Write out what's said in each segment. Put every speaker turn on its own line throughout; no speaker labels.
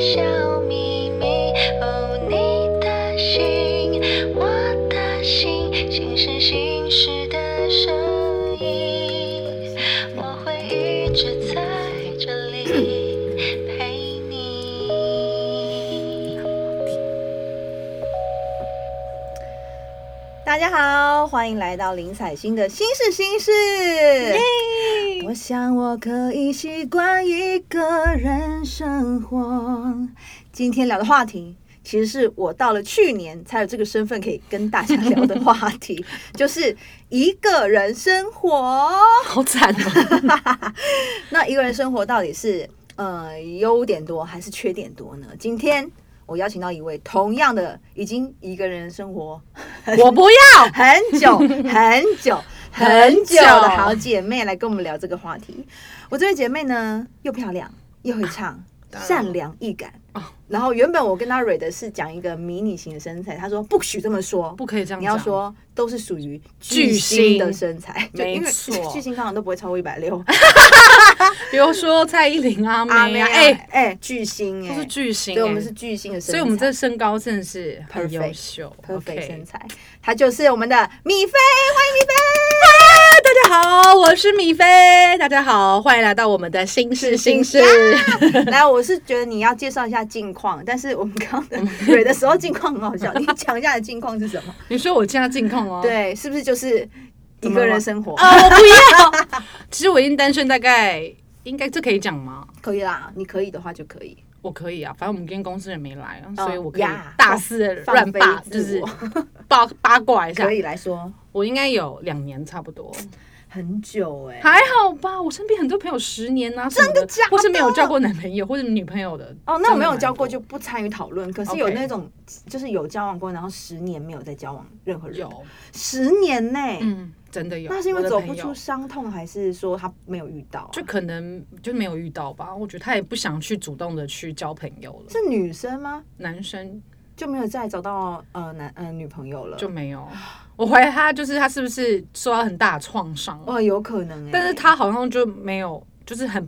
小秘密，哦，你的心，我的心，心是心事的声音，我会一直在这里陪你。
大家好，欢迎来到林采欣的新事新事。我想我可以习惯一个人生活。今天聊的话题，其实是我到了去年才有这个身份可以跟大家聊的话题，就是一个人生活。
好惨
啊
哦！
那一个人生活到底是呃优点多还是缺点多呢？今天我邀请到一位同样的已经一个人生活
我不要，
很 久很久很久的好姐妹来跟我们聊这个话题。我这位姐妹呢，又漂亮又会 唱，善良易感。
哦
然后原本我跟她蕊的是讲一个迷你型的身材，她说不许这么说，
不可以这样。
你要，说都是属于巨
巨星
星的身材，就因为
没错
巨星通常都不会超过一百 六。
比如说蔡依林啊、
阿
妹
妹
啊，
啊，
哎，
哎、巨星
都
哎、
是巨星，
对，我们是，巨星的身材，
所以我们这身高真的是很
Perfect，
优秀
perfect 身
，OK。
材，她就是我们的米菲，欢迎米菲。
大家好，我是米菲，大家好，欢迎来到我们的新事新事。
来，我是觉得你要介绍一下近况，但是我们刚刚
嗯
的 蕊的时候近况很好笑，你讲一下你的近况是什么？
你说我现在近况吗？。哦
对，是不是就是一个人生活？
啊，我不要。其实我已经单身大概，应该这可以讲吗？
可以啦，你可以的话就可以。
我可以啊，反正我们今天公司人没来啊，
哦
所以我可以
呀
大肆地
放
乱
飞
八，
自
就是
我
八八卦一下
可。以来说
我应该有两年差不多。
很久哎、
还好吧，我身边很多朋友十年啊，真
的假的
或是没有交过男朋友或者女朋友的。
哦，那我没
真的蛮
有
多
交过就不参与讨论。可是有
OK
那种就是有交往过，然后十年没有再交往任何人，
有，
十年呢、
嗯，真的有。
那是因为
我的
走
朋
不出
友，
伤痛，还是说他没有遇到啊、
就可能就没有遇到吧。我觉得他也不想去主动的去交朋友了。
是女生吗？
男生
就没有再找到呃男呃女朋友了？
就没有，我怀疑他就是他是不是受到很大的创伤？
哦，有可能哎、
但是他好像就没有，就是很。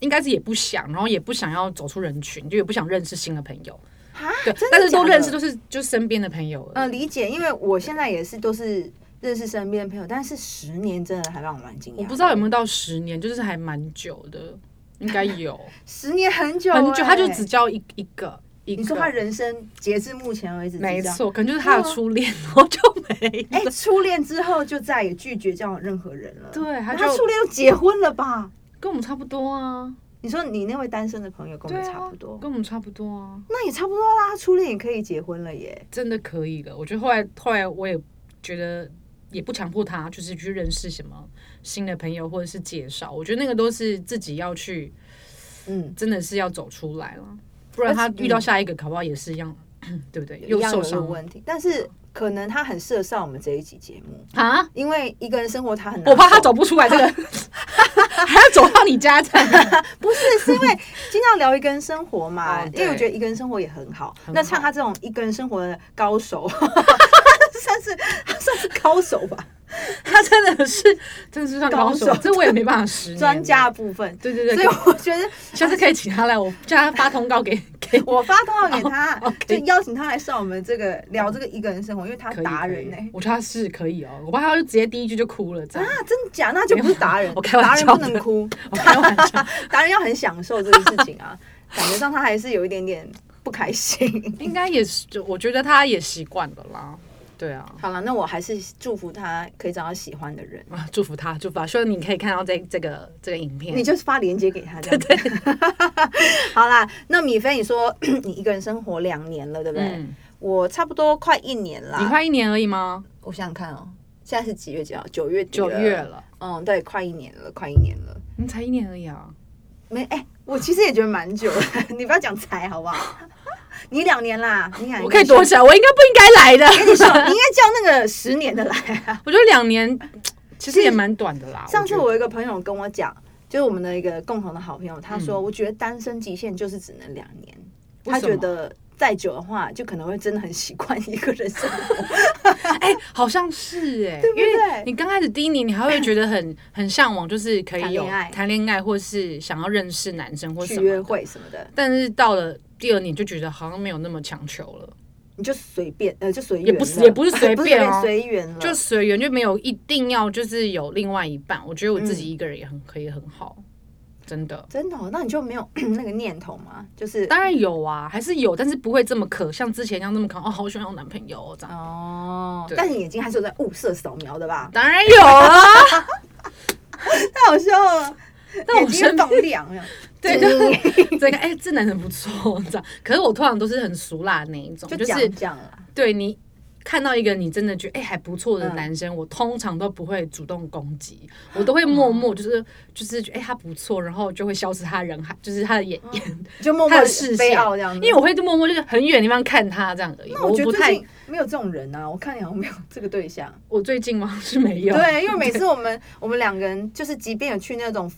应该是也不想，然后也不想要走出人群，就也不想认识新的朋友。
哈
对，
真的
但是都
假的
认识都是就身边的朋友了。
呃，理解，因为我现在也是都是认识身边的朋友，但是十年真的还让我蛮惊讶。
我不知道有没有到十年，就是还蛮久的，应 该有
十年很久、欸、
很久。他就只交一一个一个，
你说他人生截至目前为止，
没。错，可能就是他的初恋，然后就没
哎、初恋之后就再也拒绝交往任何人了。
对他
那
就
他初恋又结婚了吧？
跟我们差不多啊，
你说你那位单身的朋友跟我
对
们
啊，
差不多，
跟我们差不多啊，
那也差不多啦，他初恋也可以结婚了耶。
真的可以了。我觉得后来后来我也觉得也不强迫他，就是去认识什么新的朋友或者是介绍，我觉得那个都是自己要去，
嗯，
真的是要走出来了，不然他
而且嗯
遇到下一个，搞不好也是一样， 对不对？
一
又
样
受
有这个
伤
问题，但是可能他很适合上我们这一集节目，
啊。
因为一个人生活他很难
我怕他走不出来，这个 还要走到你家才。
不是，是因为今天要聊一个人生活嘛，
哦
因为我觉得一个人生活也很好。
很
那
好
像他这种一个人生活的高手， 算是他算是高手吧，
他真的是，真的是算高手
高，手
这我也没办法十年
专家的。部分。
对对对，
所以我觉得
下次可以请他来，我叫他发通告给 给我。
我发通告给 他
哦 OK，
就邀请他来上我们这个聊这个一个人生活，因为他
可以
达
可
人
以
呢、
我觉得他是可以哦，我怕他就直接第一句就哭了，这样
啊，真假？那就不是达人，
我开玩
达人
笑
不
的
能哭，
我开玩笑，
达人要很享受这个事情啊。感觉上他还是有一点点不开 心。
应该也是，就我觉得他也习惯了啦。对啊，
好了，那我还是祝福他可以找到喜欢的人。
啊，祝福他，祝福他，希望你可以看到这这个这个影片。
你就是发链接给他，这样子。 好啦，那米菲，你说 你一个人生活两年了，对不对？
嗯，
我差不多快一年
你
啦。
快一年而已吗？
我想想看哦，现在是几月几号？九月底
九
了
月。了，
嗯，对，快一年了，快一年了。
你才一年而已啊。
没，哎、我其实也觉得蛮久了。 你不要讲才好不好？ 你两年啦，你两年
我可以多想，我应该不应该来的。
你说，你应该叫那个十年的来啊。
我觉得两年其实也蛮短的啦。
上次
觉得
我有一个朋友跟我讲，就是我们的一个共同的好朋友，他说，我觉得单身极限就是只能两年。他
嗯为什么
觉得再久的话，就可能会真的很习惯一个人生活。
哎、好像是哎、
对不
因
对
为你刚开始第一年，你还会觉得很很向往，就是可以有
谈恋爱
谈恋爱，或是想要认识男生或
去
什么
约
的。
会什么的，
但是到了第二年就觉得好像没有那么强求了，
你就随便，呃，就随缘
也
了，
不是也 不是随便哦
随缘了，
就随缘，就没有一定要就是有另外一半。我觉得我自己一个人也很可以很好，真的。
真的哦、那你就没有 那个念头吗？就是
当然有啊，还是有，但是不会这么渴，像之前一样那么渴。哦，好喜欢有男朋友、哦、这样。
哦
对
但你眼睛还是有在物色扫描的吧？
当 然有啊，
太好笑了，
但
眼
我
睛
身边
放亮了，
对，就是 这个，哎、这男人不错，这样。可是我通常都是很俗辣那一种，
就
就
讲
是
讲啦。
对你看到一个你真的觉得哎、还不错的
嗯
男生，我通常都不会主动攻击，我都会
嗯
默默就是就是觉得哎、他不错，然后就会消失他人海，就是他的眼
嗯
眼、
就默默地
他的视
飞
线
傲这样，子。
因为我会就默默就是很远的地方看他这样而已。
那我觉
不
得
太
最，近没有这种人啊，我看你好像没有这个对象。
我最近吗 是没有，
对，因为每次我们我们两个人就是，即便有去那种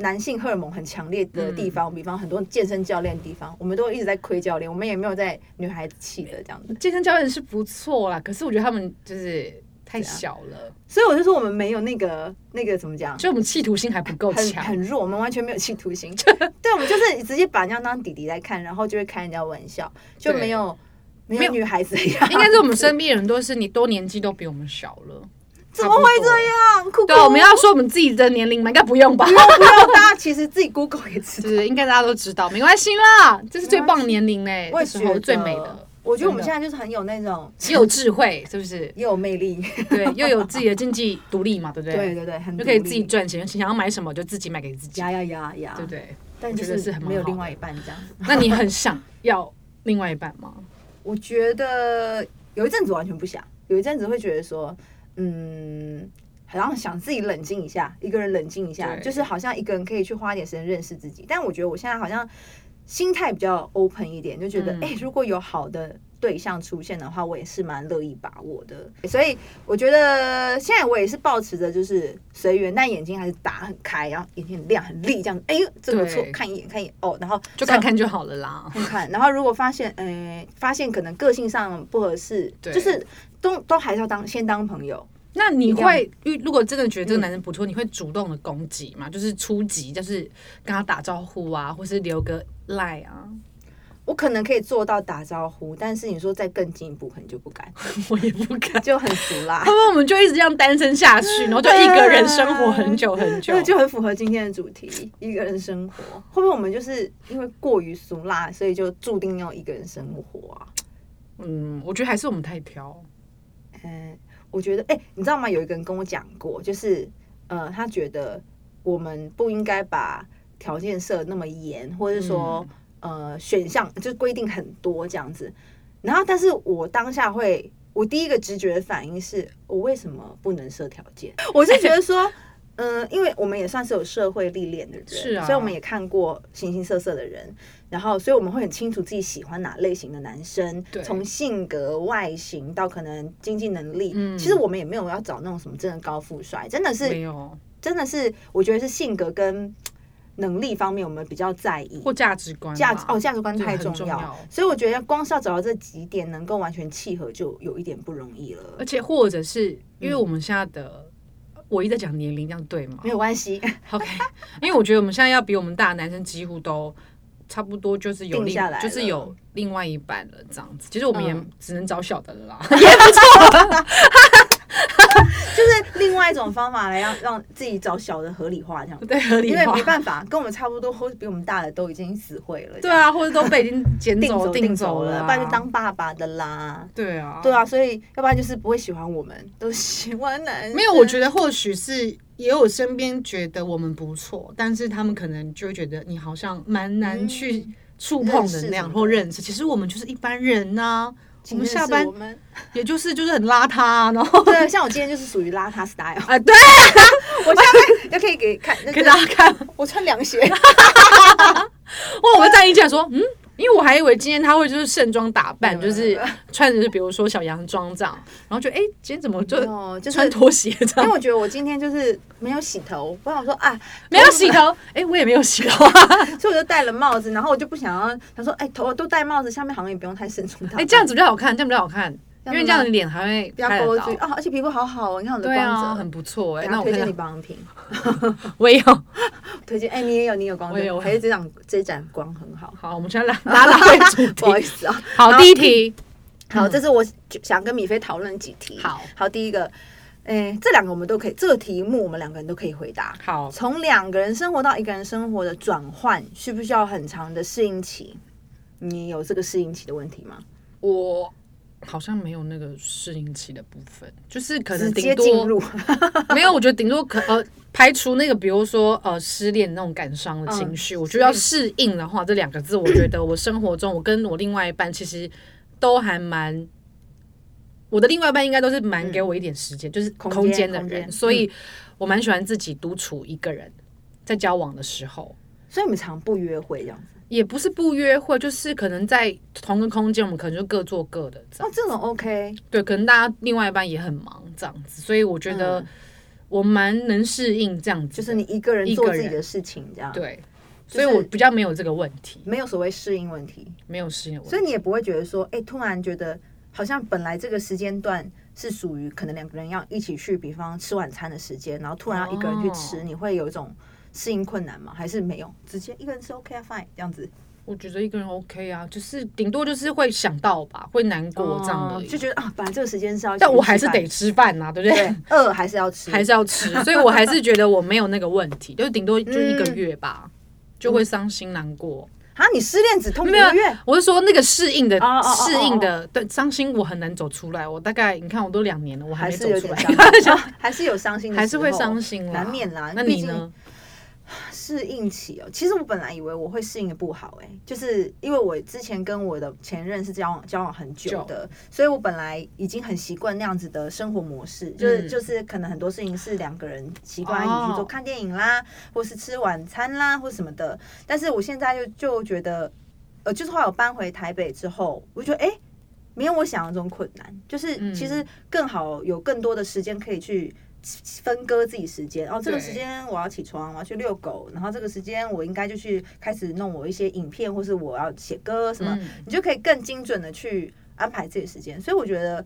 男性荷尔蒙很强烈的
嗯
地方，比方很多健身教练的地方，我们都一直在亏教练，我们也没有在女孩子气的这样子。
健身教练是不错啦，可是我觉得他们就是太
怎样
小了，
所以我就说我们没有那个那个怎么讲，
就我们企图心还不够
很
强。
很弱，我们完全没有企图心。 对，我们就是直接把人家当弟弟在看，然后就会开人家玩笑，就
对
没有没
没
有
有
女孩子一样。
应该是我们身边人都是你都年纪都比我们小了，
怎么会这
样？
样？啊酷酷，
对啊，我们要说我们自己的年龄吗？应该不用 吧？
不要大家其实自己 Google 也知道
就。是应该大家都知道，没关系啦，这是最棒的年龄嘞、
我也
这时
觉
候
得
是最美的，
我觉得我们
真的
现在就是很有那种
也有智慧，是 不是？
也有魅力，
对，又有自己的经济独立嘛，对不对？
对对对，很
就可以
独
自
立
己赚钱，想要买什么就自己买给自己，
呀呀呀呀，
对不？对？
但
我
就
觉得是很蛮
没有
好
另
的
外一半这样。
那你很想要另外一半吗？
我觉得有一阵子完全不想，有一阵子会觉得说，嗯，好像想自己冷静一下，一个人冷静一下，
对
就是好像一个人可以去花一点时间认识自己。但我觉得我现在好像心态比较 open 一点，就觉得
嗯
哎、诶如果有好的。对象出现的话，我也是蛮乐意把握的，所以我觉得现在我也是保持着就是随缘，但眼睛还是打很开，然后眼睛很亮很利，这样，哎呦，这个不错
对，
看一眼看一眼哦，然后
就看看就好了啦。
看看，然后如果发现，呃，发现可能个性上不合适，
对
就是都都还是要当先当朋友。
那你
一定要
会，如果真的觉得
嗯
这个男人不错，你会主动的攻击吗？就是出击，就是跟他打招呼啊，或是留个赖 啊？
我可能可以做到打招呼，但是你说再更进一步，可能就不敢，
我也不敢。
就很俗 啦
他。们我们就一直这样单身 下去，然后就一个人生活很久很久
这。个就很符合今天的主题，一个人生活。会不会我们就是因为过于俗辣，所以就注定要一个人生活啊？
嗯，我觉得还是我们太挑。
嗯，我觉得，哎、你知道吗？有一个人跟我讲过，就是，呃，他觉得我们不应该把条件设得那么严，或者是说，呃，选项就规定很多这样子。然后，但是我当下会，我第一个直觉的反应是我为什么不能设条件？我是觉得说。 嗯，因为我们也算是有社会历练的人，
是啊
所以我们也看过形形色色的人，然后所以我们会很清楚自己喜欢哪类型的男生
对，
从性格、外形到可能经济能力，
嗯
其实我们也没有要找那种什么真的高富帅，真的
没
是
有
真的是，我觉得是性格跟能力方面我们比较在意。
或价值观吧，啊
价值哦，价值观
这个
太
很
重
重
要，
要
所以我觉得光是要找到这几点能够完全契合，就有一点不容易了
而。且或者是因为
嗯
我们现在的，我一直在讲年龄，这样对吗
没有关系，
？OK，因为 我觉得我们现在要比我们大的男生几乎都差不多，就是有
定
另
下来了
就是有另外一半了这样子。其实我们也
嗯
只能找小的 了啦。
就是另外一种方法来让让自己找小的合理化这样。
对，合理
因为
化
没。办法，跟我们差不多或比我们大的都已经死灰了。
对啊，或者都被已经捡
定
走、
走定
走
走
了
了，
啊，
不然就当爸爸的啦。
对啊，
对啊，所以要不然就是不会喜欢我们，都喜欢男生。
没有，我觉得或许是也有身边觉得我们不错，但是他们可能就会觉得你好像蛮难去触
嗯
碰
认识
的那样
什么的
或认识。其实我们就是一般人呐、我
请
们
认识
下班
我们
也就是就是很邋遢啊、然后
对，像我今天就是属于邋遢 style，
啊，对，
我下班就可以给看，那
给
个
大家看。
我穿凉 鞋，
哇，我们站一起来说，嗯。因为我还以为今天他会就是盛装打扮，
没
就
有没有
是穿着就比如说小洋装这样，然后就哎、今天怎么就
哦，就是
穿拖鞋这
因为
样？
我觉得我今天就是没有洗头，我想说啊，
没有洗头，哎、我也没有洗头 啊，
所以我就戴了帽子，然后我就不想要，他说哎，头都戴帽子，下面好像也不用太慎重。
哎、这样子比较好看，这样比较好看。因为这样你脸还会
不要
拍得
勾
到
住。啊，而且皮肤好好哦，你看我的
对
光
啊，
泽，
很不错哎、
等
那
下
我
推
看
荐你
看，
保养品，
我也有。
推荐哎，你也有，你有光
我也有
泽，还是这盏这盏光很 好。
好，我们先来拉拉回主
不好意
题。
思啊，
好，第一题，
好，
嗯
这是我就想跟米菲讨论几题。
好
好，第一个，哎，这两个我们都可以，这个题目我们两个人都可以回答。
好，
从两个人生活到一个人生活的转换，需不需要很长的适应期？你有这个适应期的问题吗？
我好像没有那个适应期的部分，就是可
直
能
接
顶
进
多
入
没有，我觉得顶多可呃排除那个，比如说呃失恋那种感伤的情
嗯
绪，我觉得要适应的话，这两个字，我觉得我生活中我跟我另外一半其实都还蛮。我的另外一半应该都是蛮给我一点时间，就是
空
空
间
间的
空
人，
间
所以我蛮喜欢自己独处一个人，在交往的时候，
所以你们常不约会这样子。
也不是不约会，就是可能在同个空间，我们可能就各做各的这样。
哦，这种 OK，
对，可能大家另外一半也很忙这样子，所以我觉得
嗯
我蛮能适应这样子的。
就是你一个人
一个
做自己
人
的事情这样。，
对，
就
所以我
是
比较没有这个问题，
没有所谓适应问题，
没有适应的问
所
题。
以你也不会觉得说，哎、突然觉得好像本来这个时间段是属于可能两个人要一起去，比方吃晚餐的时间，然后突然要一个人去吃，
哦
你会有一种适应困难吗？还是没有，直接一个人吃 OK 啊，fine 这样子。
我觉得一个人 OK 啊，就是顶多就是会想到吧，会难过这样
哦
而已。
就觉得啊，本来这个时间是要一起吃饭，
但我还是得吃饭呐、啊对不对？
对 饿还是要吃，
还是要吃，所以我还是觉得我没有那个问题，就顶多就一个
嗯
月吧，就会伤心难过。
啊？你失恋只痛一
没有啊
个月，，
我是说那个适应的
哦哦哦哦
适应的，对伤心我很难走出来。我大概你看我都两年了，我
还
没
是
走
有
出
点
来，
伤 心，啊还是有伤心的时候，
还是会伤心啦，
难免啦
那
毕
你呢？
适应期哦，其实我本来以为我会适应的不好哎、就是因为我之前跟我的前任是交往交往很久的，所以我本来已经很习惯那样子的生活模式，就是、
嗯
就是可能很多事情是两个人习惯一起去做，
哦
看电影啦，或是吃晚餐啦，或什么的。但是我现在就就觉得，呃，就是后来我搬回台北之后，我就觉得哎、诶没有我想象中困难，就是
嗯
其实更好有更多的时间可以去分割自己时间。哦，这个
对
时间我要起床，我要去遛狗，然后这个时间我应该就去开始弄我一些影片，或是我要写歌什么，
嗯
你就可以更精准的去安排自己的时间。所以我觉得。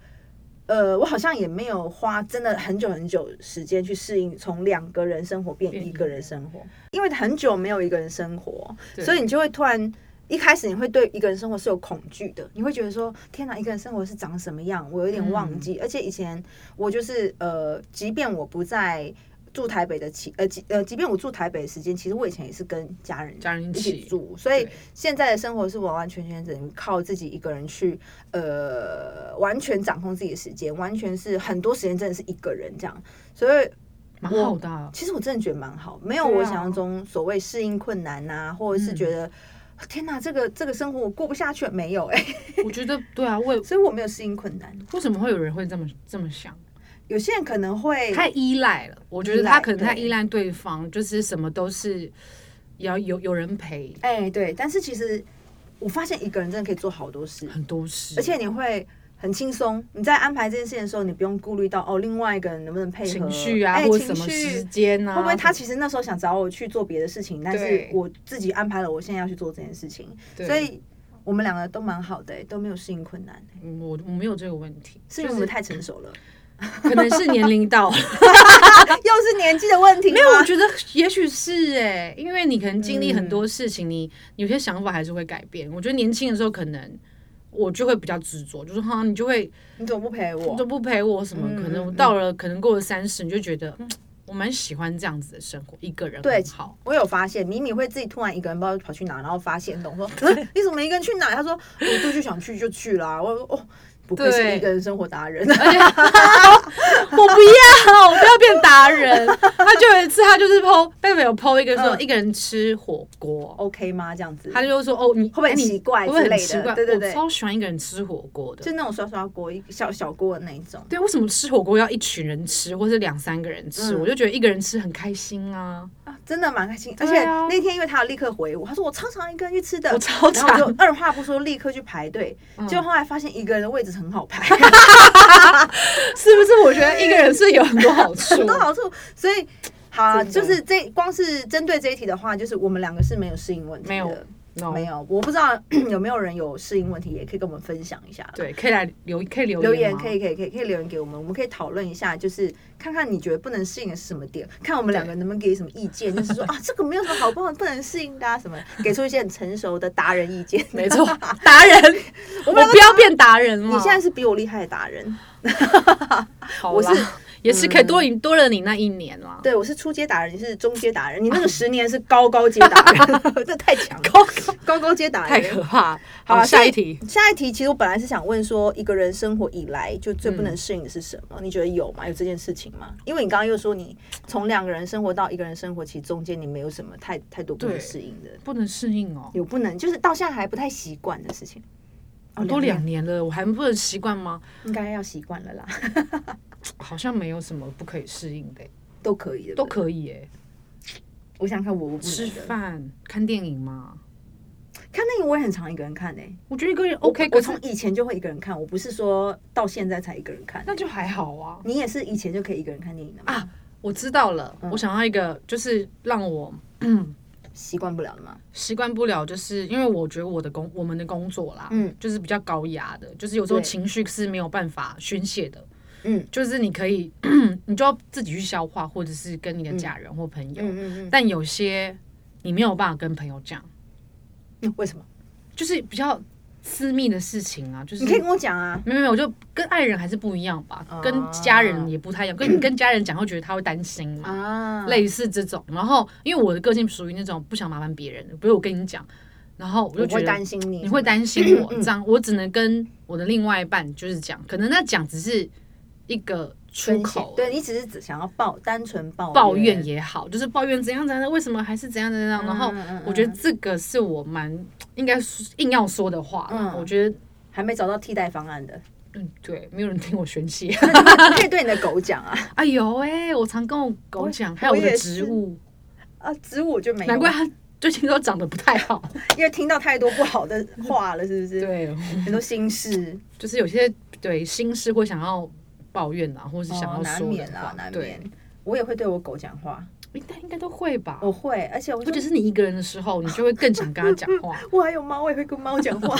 呃，我好像也没有花真的很久很久时间去适应从两个人生活变
变
一
一
个人生活，因为很久没有一个人生活，
对
所以你就会突然一开始你会对一个人生活是有恐惧的，你会觉得说天哪，一个人生活是长什么样？我有点忘
嗯
记。而且以前我就是呃，即便我不在住台北的期呃即呃，即便我住台北的时间，其实我以前也是跟家人
家人
一
一
起
起
住，所以
对
现在的生活是完完全全只能靠自己一个人去呃，完全掌控自己的时间，完全是很多时间真的是一个人这样，所以
蛮
我
好的啊、
其实我真的觉得蛮好，没有
对啊
我想象中所谓适应困难呐、或者是
嗯
觉得、天哪，这个这个生活我过不下去，没有哎、
我觉得对啊，为
所以我没有适应困难。
为什么会有人会这么这么想？
有些人可能会
太依赖了，我觉
依
得
赖
他可能太
对
依赖对方，就是什么都是要有有人陪，
哎、对，但是其实我发现一个人真的可以做好多事，
很多事，
而且你会。很轻松，你在安排这件事情的时候，你不用顾虑到哦，另外一个人能不能配合
情绪啊、
哎
或
情
什么
绪
时间啊，
会不会他其实那时候想找我去做别的事情，但是
对
我自己安排了，我现在要去做这件事情，
对
所以我们两个都蛮好的、欸都没有适应困难、欸，
嗯我我没有这个问题，
是因为我啊
就
们太成熟了，
可能是年龄到了。
又是年纪的问题吗，
没有，我觉得也许是哎、因为你可能经历很多事
嗯
情，你有些想法还是会改变。我觉得年轻的时候可能。我就会比较执着，就是哈，你就会
你怎么不陪我
你都？不陪我什么？
嗯
可
嗯
能我
嗯
到了，可能过了三十，你就觉得，嗯，我蛮喜欢这样子的生活，一个人
对
很 好。
我有发现，米米会自己突然一个人不知道跑去哪，然后发现懂 说，嗯你怎么一个人去哪？他说我肚就想去就去啦。我说哦，不愧是
对
一个人生活达人。
而且我不要，我不要变达人。他就有一次，他就是剖贝贝有剖一个说、
嗯
一个人吃火锅，
OK 吗？这样子，
他就说哦，你
会
会
不会很奇怪
会不会
之类
很
的
奇怪？
对对对
我超喜欢一个人吃火锅的
就。那种刷刷锅、一小小锅的那一种。
对，为什么吃火锅要一群人吃，或是两三个人吃？
嗯
我就觉得一个人吃很开心啊。
啊，真的蛮开心。而
对
且
啊
那天因为他有立刻回我，他说我超常一个人去吃的，
我超
然后我
常
就二话不说立刻去排队，
嗯
结果后来发现一个人的位置很好排，
是不是？我觉得一个人是有很多好处。
很多好处，所以。好啊、
真
就
的
是这光是针对这一题的话，就是我们两个是没有适应问题的，
没有 no,
没有，我不知道 有没有人有适应问题，也可以跟我们分享一下。
对，可以来留，可以留
留言
吗
可以可以可以可以留言给我们，我们可以讨论一下，就是看看你觉得不能适应的是什么点，看我们两个能不能给什么意见，就是 说啊这个没有什么好不好不能适应的啊什么，给出一些很成熟的达人意 见。
没错，达人， 我们不要变达人嘛。
你现在是比我厉害的达人，
好
我是
啦嗯也是可以多你多了你那一年啦。
对我是初阶达人，你是中阶达人，你那个十年是高高阶达 人，这太 强了，
高
高高阶达人
太可怕了。
好啊
好，下
所以
一题。
下一题，其实我本来是想问说，一个人生活以来就最
嗯
不能适应的是什么？你觉得有吗？有这件事情吗？因为你刚刚又说你从两个人生活到一个人生活，其实中间你没有什么太太多不能
对
适应的，
不能适应哦，
有不能就是到现在还不太习惯的事情。哦，
都
两
两
年
年了，我还不能习惯吗？
应该要习惯了啦，
好像没有什么不可以适应的欸，
都可以的，
都。可以诶。
我想看我我不
吃
能的
饭、看电影嘛，
看那个我也很常一个人看诶、
我觉得一个人
我
OK，
我
可
从
是
以前就会一个人看，我不是说到现在才一个人看。
那就还好啊。
你也是以前就可以一个人看电影的吗？
啊，我知道了，
嗯
我想要一个就是让我
习惯不了的吗？
习惯不了，就是因为我觉得我的工我们的工作啦，
嗯
就是比较高压的，就是有时候
对
情绪是没有办法宣泄的，
嗯
就是你可以 你就要自己去消化，或者是跟你的家人或朋友，
嗯嗯
但有些你没有办法跟朋友讲，
嗯，为什么？
就是比较私密的事情啊，就是
你可以跟我讲啊。
没有没有，我就跟爱人还是不一样吧，
啊
跟家人也不太一样，跟你跟家人讲会觉得他会担心嘛，
啊，
嗯类似这种。然后因为我的个性属于那种不想麻烦别人的，比如我跟你讲，然后我
我
就觉
会
得
担心你，
你会担心
嗯
我，这样我只能跟我的另外一半就是讲，可能那讲只是一个出
分析
口。
对你只是只想要抱，单纯抱
抱怨
也
也好，就是抱怨怎样怎样，为什么还是怎样怎样。
嗯
然后
嗯嗯
我觉得这个是我蛮应该说硬要说的话啦。
嗯
我觉得，
还没找到替代方案 的，
嗯，对，没有人听我宣泄。
你可以对你的狗讲啊，
啊有哎、我常跟我狗讲，还有
我
我的
也
植
是
物，
啊，植物就没有，
难怪它最近都长得不太好。
因为听到太多不好的话了，是不是？，
对，
很多心事，
就是有些对心事会想要抱怨啊，或是想
哦
要
难
说的
免
话，
啦，难
对
免，。我也会对我狗讲话，
应该应该都会吧。
我会，而且我
或
就
者是你一个人的时候，你就会更想跟他讲话，
我还有猫，我也会跟猫讲 话。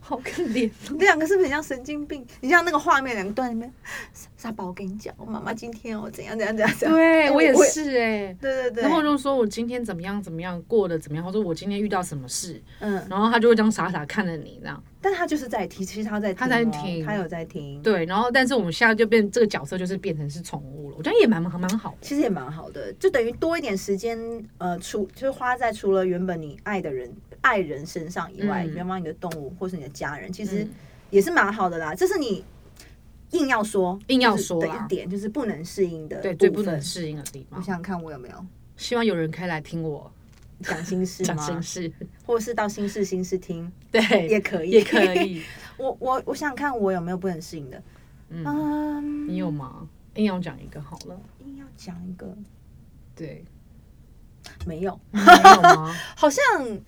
好可怜。
你们两个是不是很像神经病？你像那个画面，两个都在那边，傻傻宝，我跟你讲，我妈妈今天哦怎样怎样怎样怎样。
对我也
我也
是哎、
对对对。
然后我就说我今天怎么样怎么样过得怎么样，或者我今天遇到什么事，
嗯，
然后他就会这样傻傻看着你这样。
但他就是在听，其实他在听、哦，
他在听
他有在听，，
对，然后但是我们现在就变这个角色就是变成是宠物了，我觉得也蛮蛮蛮好的。
其实也蛮好的，就等于多一点时间，呃，除就是花在除了原本你爱的人、爱人身上以外，
嗯
原帮你的动物或是你的家人，其实
嗯
也是蛮好的啦。这是你硬要说，
硬要说
就
啦
是的一点，就是不能适应的，
对，最不能。适应的地
我
方
想。想看，我有没有
希望有人可以来听我
讲心事
讲
吗？
心事，
或者是到心事心事听
对，
也可以，
也可。以。
我我我想想看，我有没有不能适应的？
嗯，
嗯，
你有吗？硬要讲一个好了，
硬要讲一个，
对，
没有，
你有 吗？
好像
你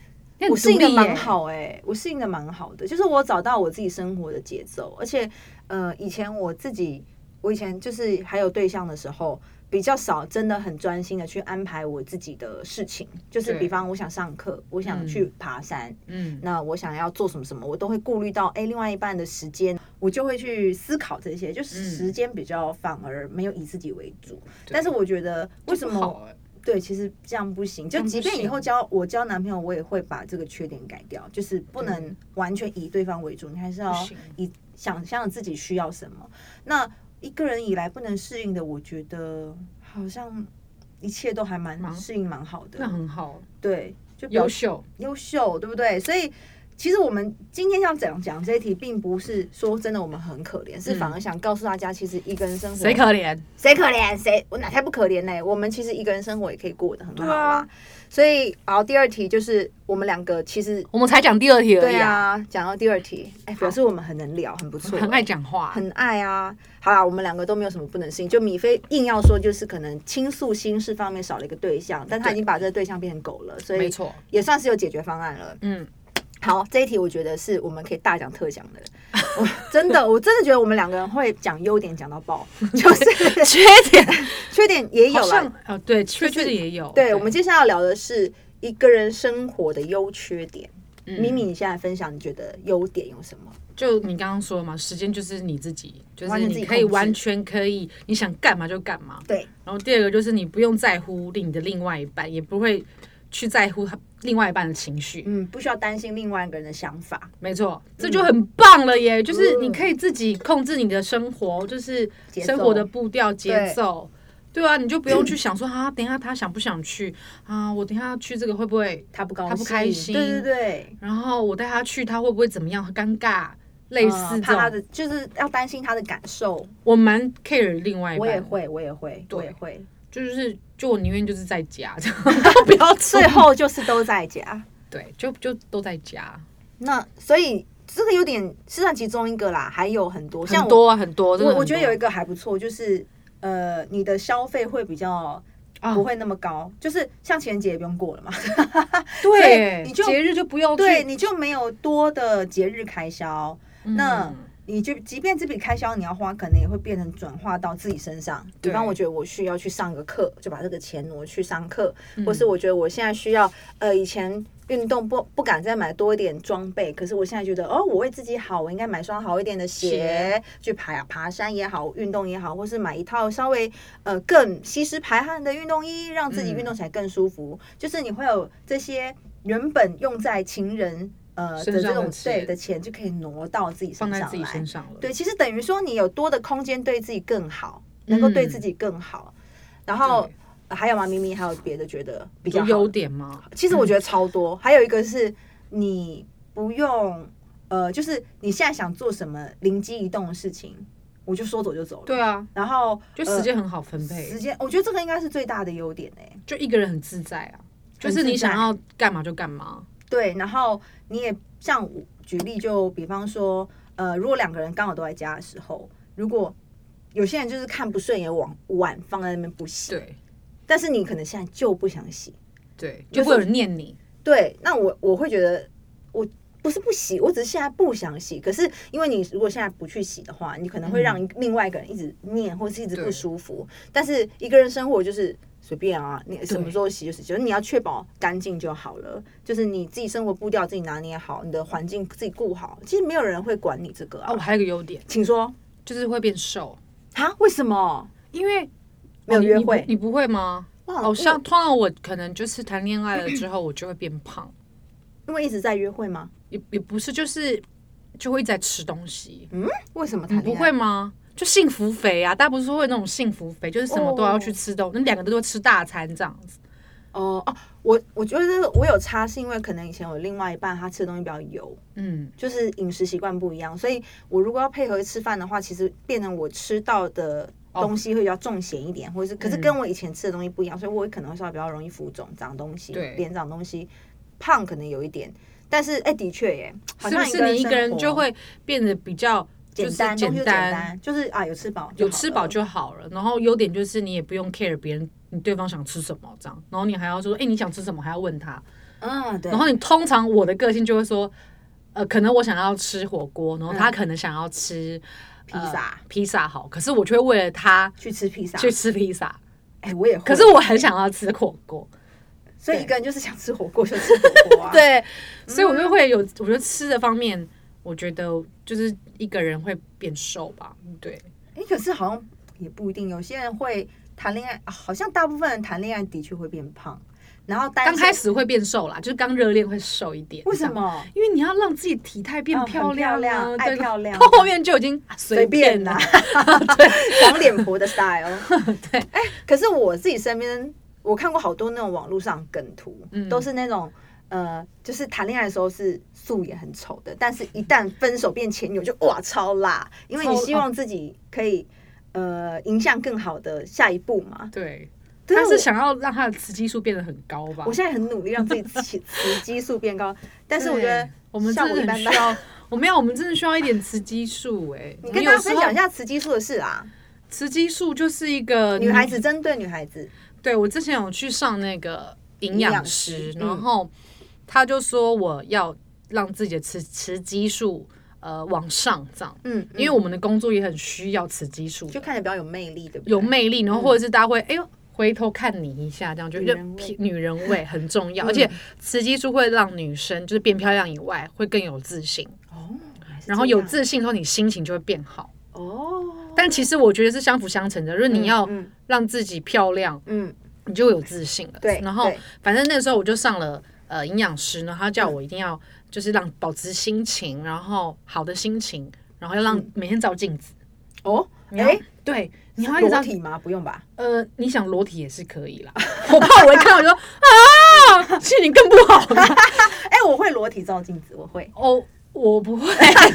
很
我适应
独
的
立欸
蛮
耶，
好哎、我适应的蛮好的，就是我找到我自己生活的节奏，而且呃，以前我自己，我以前就是还有对象的时候，比较少真的很专心的去安排我自己的事情，就是
对
比方我想上课，我想
嗯
去爬山，
嗯，
那我想要做什么什么，我都会顾虑到哎、诶另外一半的时间，我就会去思考这些，就是
嗯
时间比较反而没有以自己为主，
对
但是我觉得为什
这不
么
好耶？欸
对，其实这样不行。
这
就
样不
即便以后
行
交我交男朋友，我也会把这个缺点改掉，就是不能
对
完全以对方为主，你还是要
不行
以想象自己需要什么。那一个人以来不能适应的，我觉得好像一切都还蛮
蛮
适应蛮好的
那。很好，
对，就比较
优秀，
优秀，对不对？所以其实我们今天要讲讲这一题，并不是说真的我们很可怜，是
嗯
反而想告诉大家，其实一个人生活
谁可怜？
谁可怜谁，我哪才不可怜呢、我们其实一个人生活也可以过得很好
对
啦
啊。
所以，好，第二题就是我们两个其实
我们才讲第二题而
对
已啊，
啊，讲到第二题，哎，表示我们很能聊，很不错，
很爱。讲话，
啊很爱啊，好啦，我们两个都没有什么不能适应。就米菲硬要说，就是可能倾诉心事方面少了一个对象，但他已经把这个对象变成狗了，所
没
以
错，
也算是有解决方案了。
嗯，
好，这一题我觉得是我们可以大讲特讲的，我真的，我真的觉得我们两个人会讲优点讲到爆，就是
缺点
缺点也有
好
啦
像，呃，对，
就是
缺缺点也有，
对，我们接下来要聊的是一个人生活的优缺点。
嗯
敏敏，你现在分享，你觉得优点有什么？
就你刚刚说的嘛，时间就是你自己，就
完
是
全自己
你可以
控制
完全可以，你想干嘛就干嘛。
对，
然后第二个就是你不用在乎你的另外一半，也不会去在乎他另外一半的情绪。
嗯，不需要担心另外一个人的想法。
没错，
嗯
这就很棒了耶！就是你可以自己控制你的生活，就是
嗯节奏
生活的步调节奏。对啊，你就不用去想说啊，等一下他想不想去啊？我等一下去这个会不会？
他不高兴，
他不开心
对对对，
然后我带他去，他会不会怎么样？尴尬，类似
嗯
这
怕他
种。
的就是要担心他的感受。
我蛮 care 另外一
我也
半，
会，我也会，
对
我也会。
就是就我宁愿就是在家， 这样都不要出
最后就是都在家，
对，就就都在家，
那所以这个有点是算其中一个啦，还有很多，像
很
我
多啊，很多。真的
我
很
我觉得有一
多
个还不错，就是呃，你的消费会比较
啊
不会那么高，就是像情人节也不用过了嘛，
对，
你就
节日就不要去。
对，你就没有多的节日开销，
嗯
那你就即便这笔开销你要花，可能也会变成转化到自己身上。比
对
方，我觉得我需要去上个课，就把这个钱挪去上课，
嗯
或是我觉得我现在需要呃以前。运动不不敢再买多一点装备，可是我现在觉得哦，我为自己好，我应该买双好一点的鞋，
鞋
去爬爬山也好，运动也好，或是买一套稍微呃更吸湿排汗的运动衣，让自己
嗯
运动起来更舒服。就是你会有这些原本用在情人呃
身
的
上
这
的
种对
钱
的钱，就可以挪到自己身
放在
上
自己
来
身。上了。
对，其实等于说你有多的空间对自己更好，能够对自己更好。然后
嗯对
呃还有吗？咪咪还有别的觉得比
比
较
较
好
优点吗？
其实我觉得超多。还有一个是你不用呃，就是你现在想做什么灵机一动的事情，我就说走就走了。
对啊，
然后
就
呃
时间很好分配，
时间，我觉得这个应该是最大的优点哎、
就一个人很自在啊，就
很
是你
自在
想要干嘛就干嘛。
对，然后你也像我举例，就比方说，呃，如果两个人刚好都在家的时候，如果有些人就是看不顺眼，碗碗放在那边不洗，
对
但是你可能现在就不想洗，
对，
就是
就会有人念你。
对，那我我会觉得我不是不洗，我只是现在不想洗。可是因为你如果现在不去洗的话，你可能会
嗯
让另外一个人一直念，或是一直不
对
舒服。但是一个人生活就是随便啊，你什么时候洗就洗，就是你要确保干净就好了。就是你自己生活步调自己拿捏好，你的环境自己顾好。其实没有人会管你这个啊。
哦，我还有一个优点
请说
就是会变瘦，
啊？为什么
因为
没有
哦你
约
你不
会
你不会吗？
哇
哦，像通常我可能就是谈恋爱了之后，我就会变胖，
因为一直在约会吗？
也也不是就是就会一直在吃东西，
嗯为什么
你
谈
不
恋
会
爱？
吗？就幸福肥啊，大家不是说会有那种幸福肥，就是什么都要去吃东，那两个都要吃大餐这样子。
哦哦，我我觉得我有差，是因为可能以前我另外一半他吃的东西比较油，
嗯，
就是饮食习惯不一样，所以我如果要配合吃饭的话，其实变成我吃到的
哦
东西会比较重咸一点，或者是可
嗯
是跟我以前吃的东西不一样，所以我可能会稍微比较容易浮肿、长东西，
对
脸长东西，胖可能有一点，但是哎、的确耶，好
是不
像
是你一个人
生活
就会变得比较就
简
是
单，东西就
简
简
单，
单，就是啊有吃饱就好了，
有吃饱就好了。然后优点就是你也不用 care 别人，你对方想吃什么这样，然后你还要说，哎、你想吃什么还要问他。
嗯对，
然后你通常我的个性就会说，呃，可能我想要吃火锅，然后他可能想要吃、
嗯披萨
呃披萨好，可是我就会为了他
去吃披萨，
去吃披萨，
哎、我也会，
可是我很想要吃火锅。，
所以一个人就是想吃火锅就吃火锅、啊，
对，所以我就会有，我觉得吃的方面，我觉得就是一个人会变瘦吧。对，
哎、可是好像也不一定，有些人会谈恋爱，啊好像大部分人谈恋爱的确会变胖，然后单
刚
身
开始会变瘦啦，就是刚热恋会瘦一点。
为什
这样？
么？
因为你要让自己体态变
嗯
漂
很漂
亮、啊，
亮爱
对
漂亮
到后面就已经啊
随
随
便啦
啦。，
对，黄脸婆的 style。
对，
哎、可是我自己身边，我看过好多那种网络上梗图，
嗯
都是那种呃，就是谈恋爱的时候是素颜很丑的，但是一旦分手变前女友就哇超辣，因为你
超哦
希望自己可以呃迎向更好的下一步嘛。
对，
对
他
我
是想要让他的雌激素变得很高吧？
我现在很努力让自己雌雌激素变 高，但是我觉
对
得
我们
效
真
果一
的很
般
需
般。
要，我没有，我们真的需要一点雌激素哎、
你
我们
跟大
有
家
时
分
候
享一，下雌激素的事啊，
雌激素就是一个
女孩子针对女孩子，
对我之前有去上那个营养
营
师，
养师嗯
然后他就说我要让自己的雌雌激素呃往上涨，
嗯，
因为我们的工作也很需要雌激素，
就看着比较有魅力，对不对？嗯
有魅力，然后或者是大家会哎呦。回头看你一下，这样就
女
就
人味嗯
女人味很重要，而且雌激素会让女生就是变漂亮以外，会更有自信，
哦，
然后有
自
自信之后，你心情就会变好。
哦，
但其实我觉得是相辅相成的，就是你要
嗯
让自己漂亮，
嗯，
你就会有自信了。
对
然后
对
反正那时候我就上了呃营养师，然后他叫我一定要就是让保持心情，然后好的心情，然后要
嗯
让每天照镜子。
哦，
你要
哎，
对，
你
你要一直照
裸体吗？不用吧？
呃，你想裸体也是可以啦。我怕我一看我就说啊，心情更不好 了。，
哎，我会裸体照镜子，我会
哦，我不会，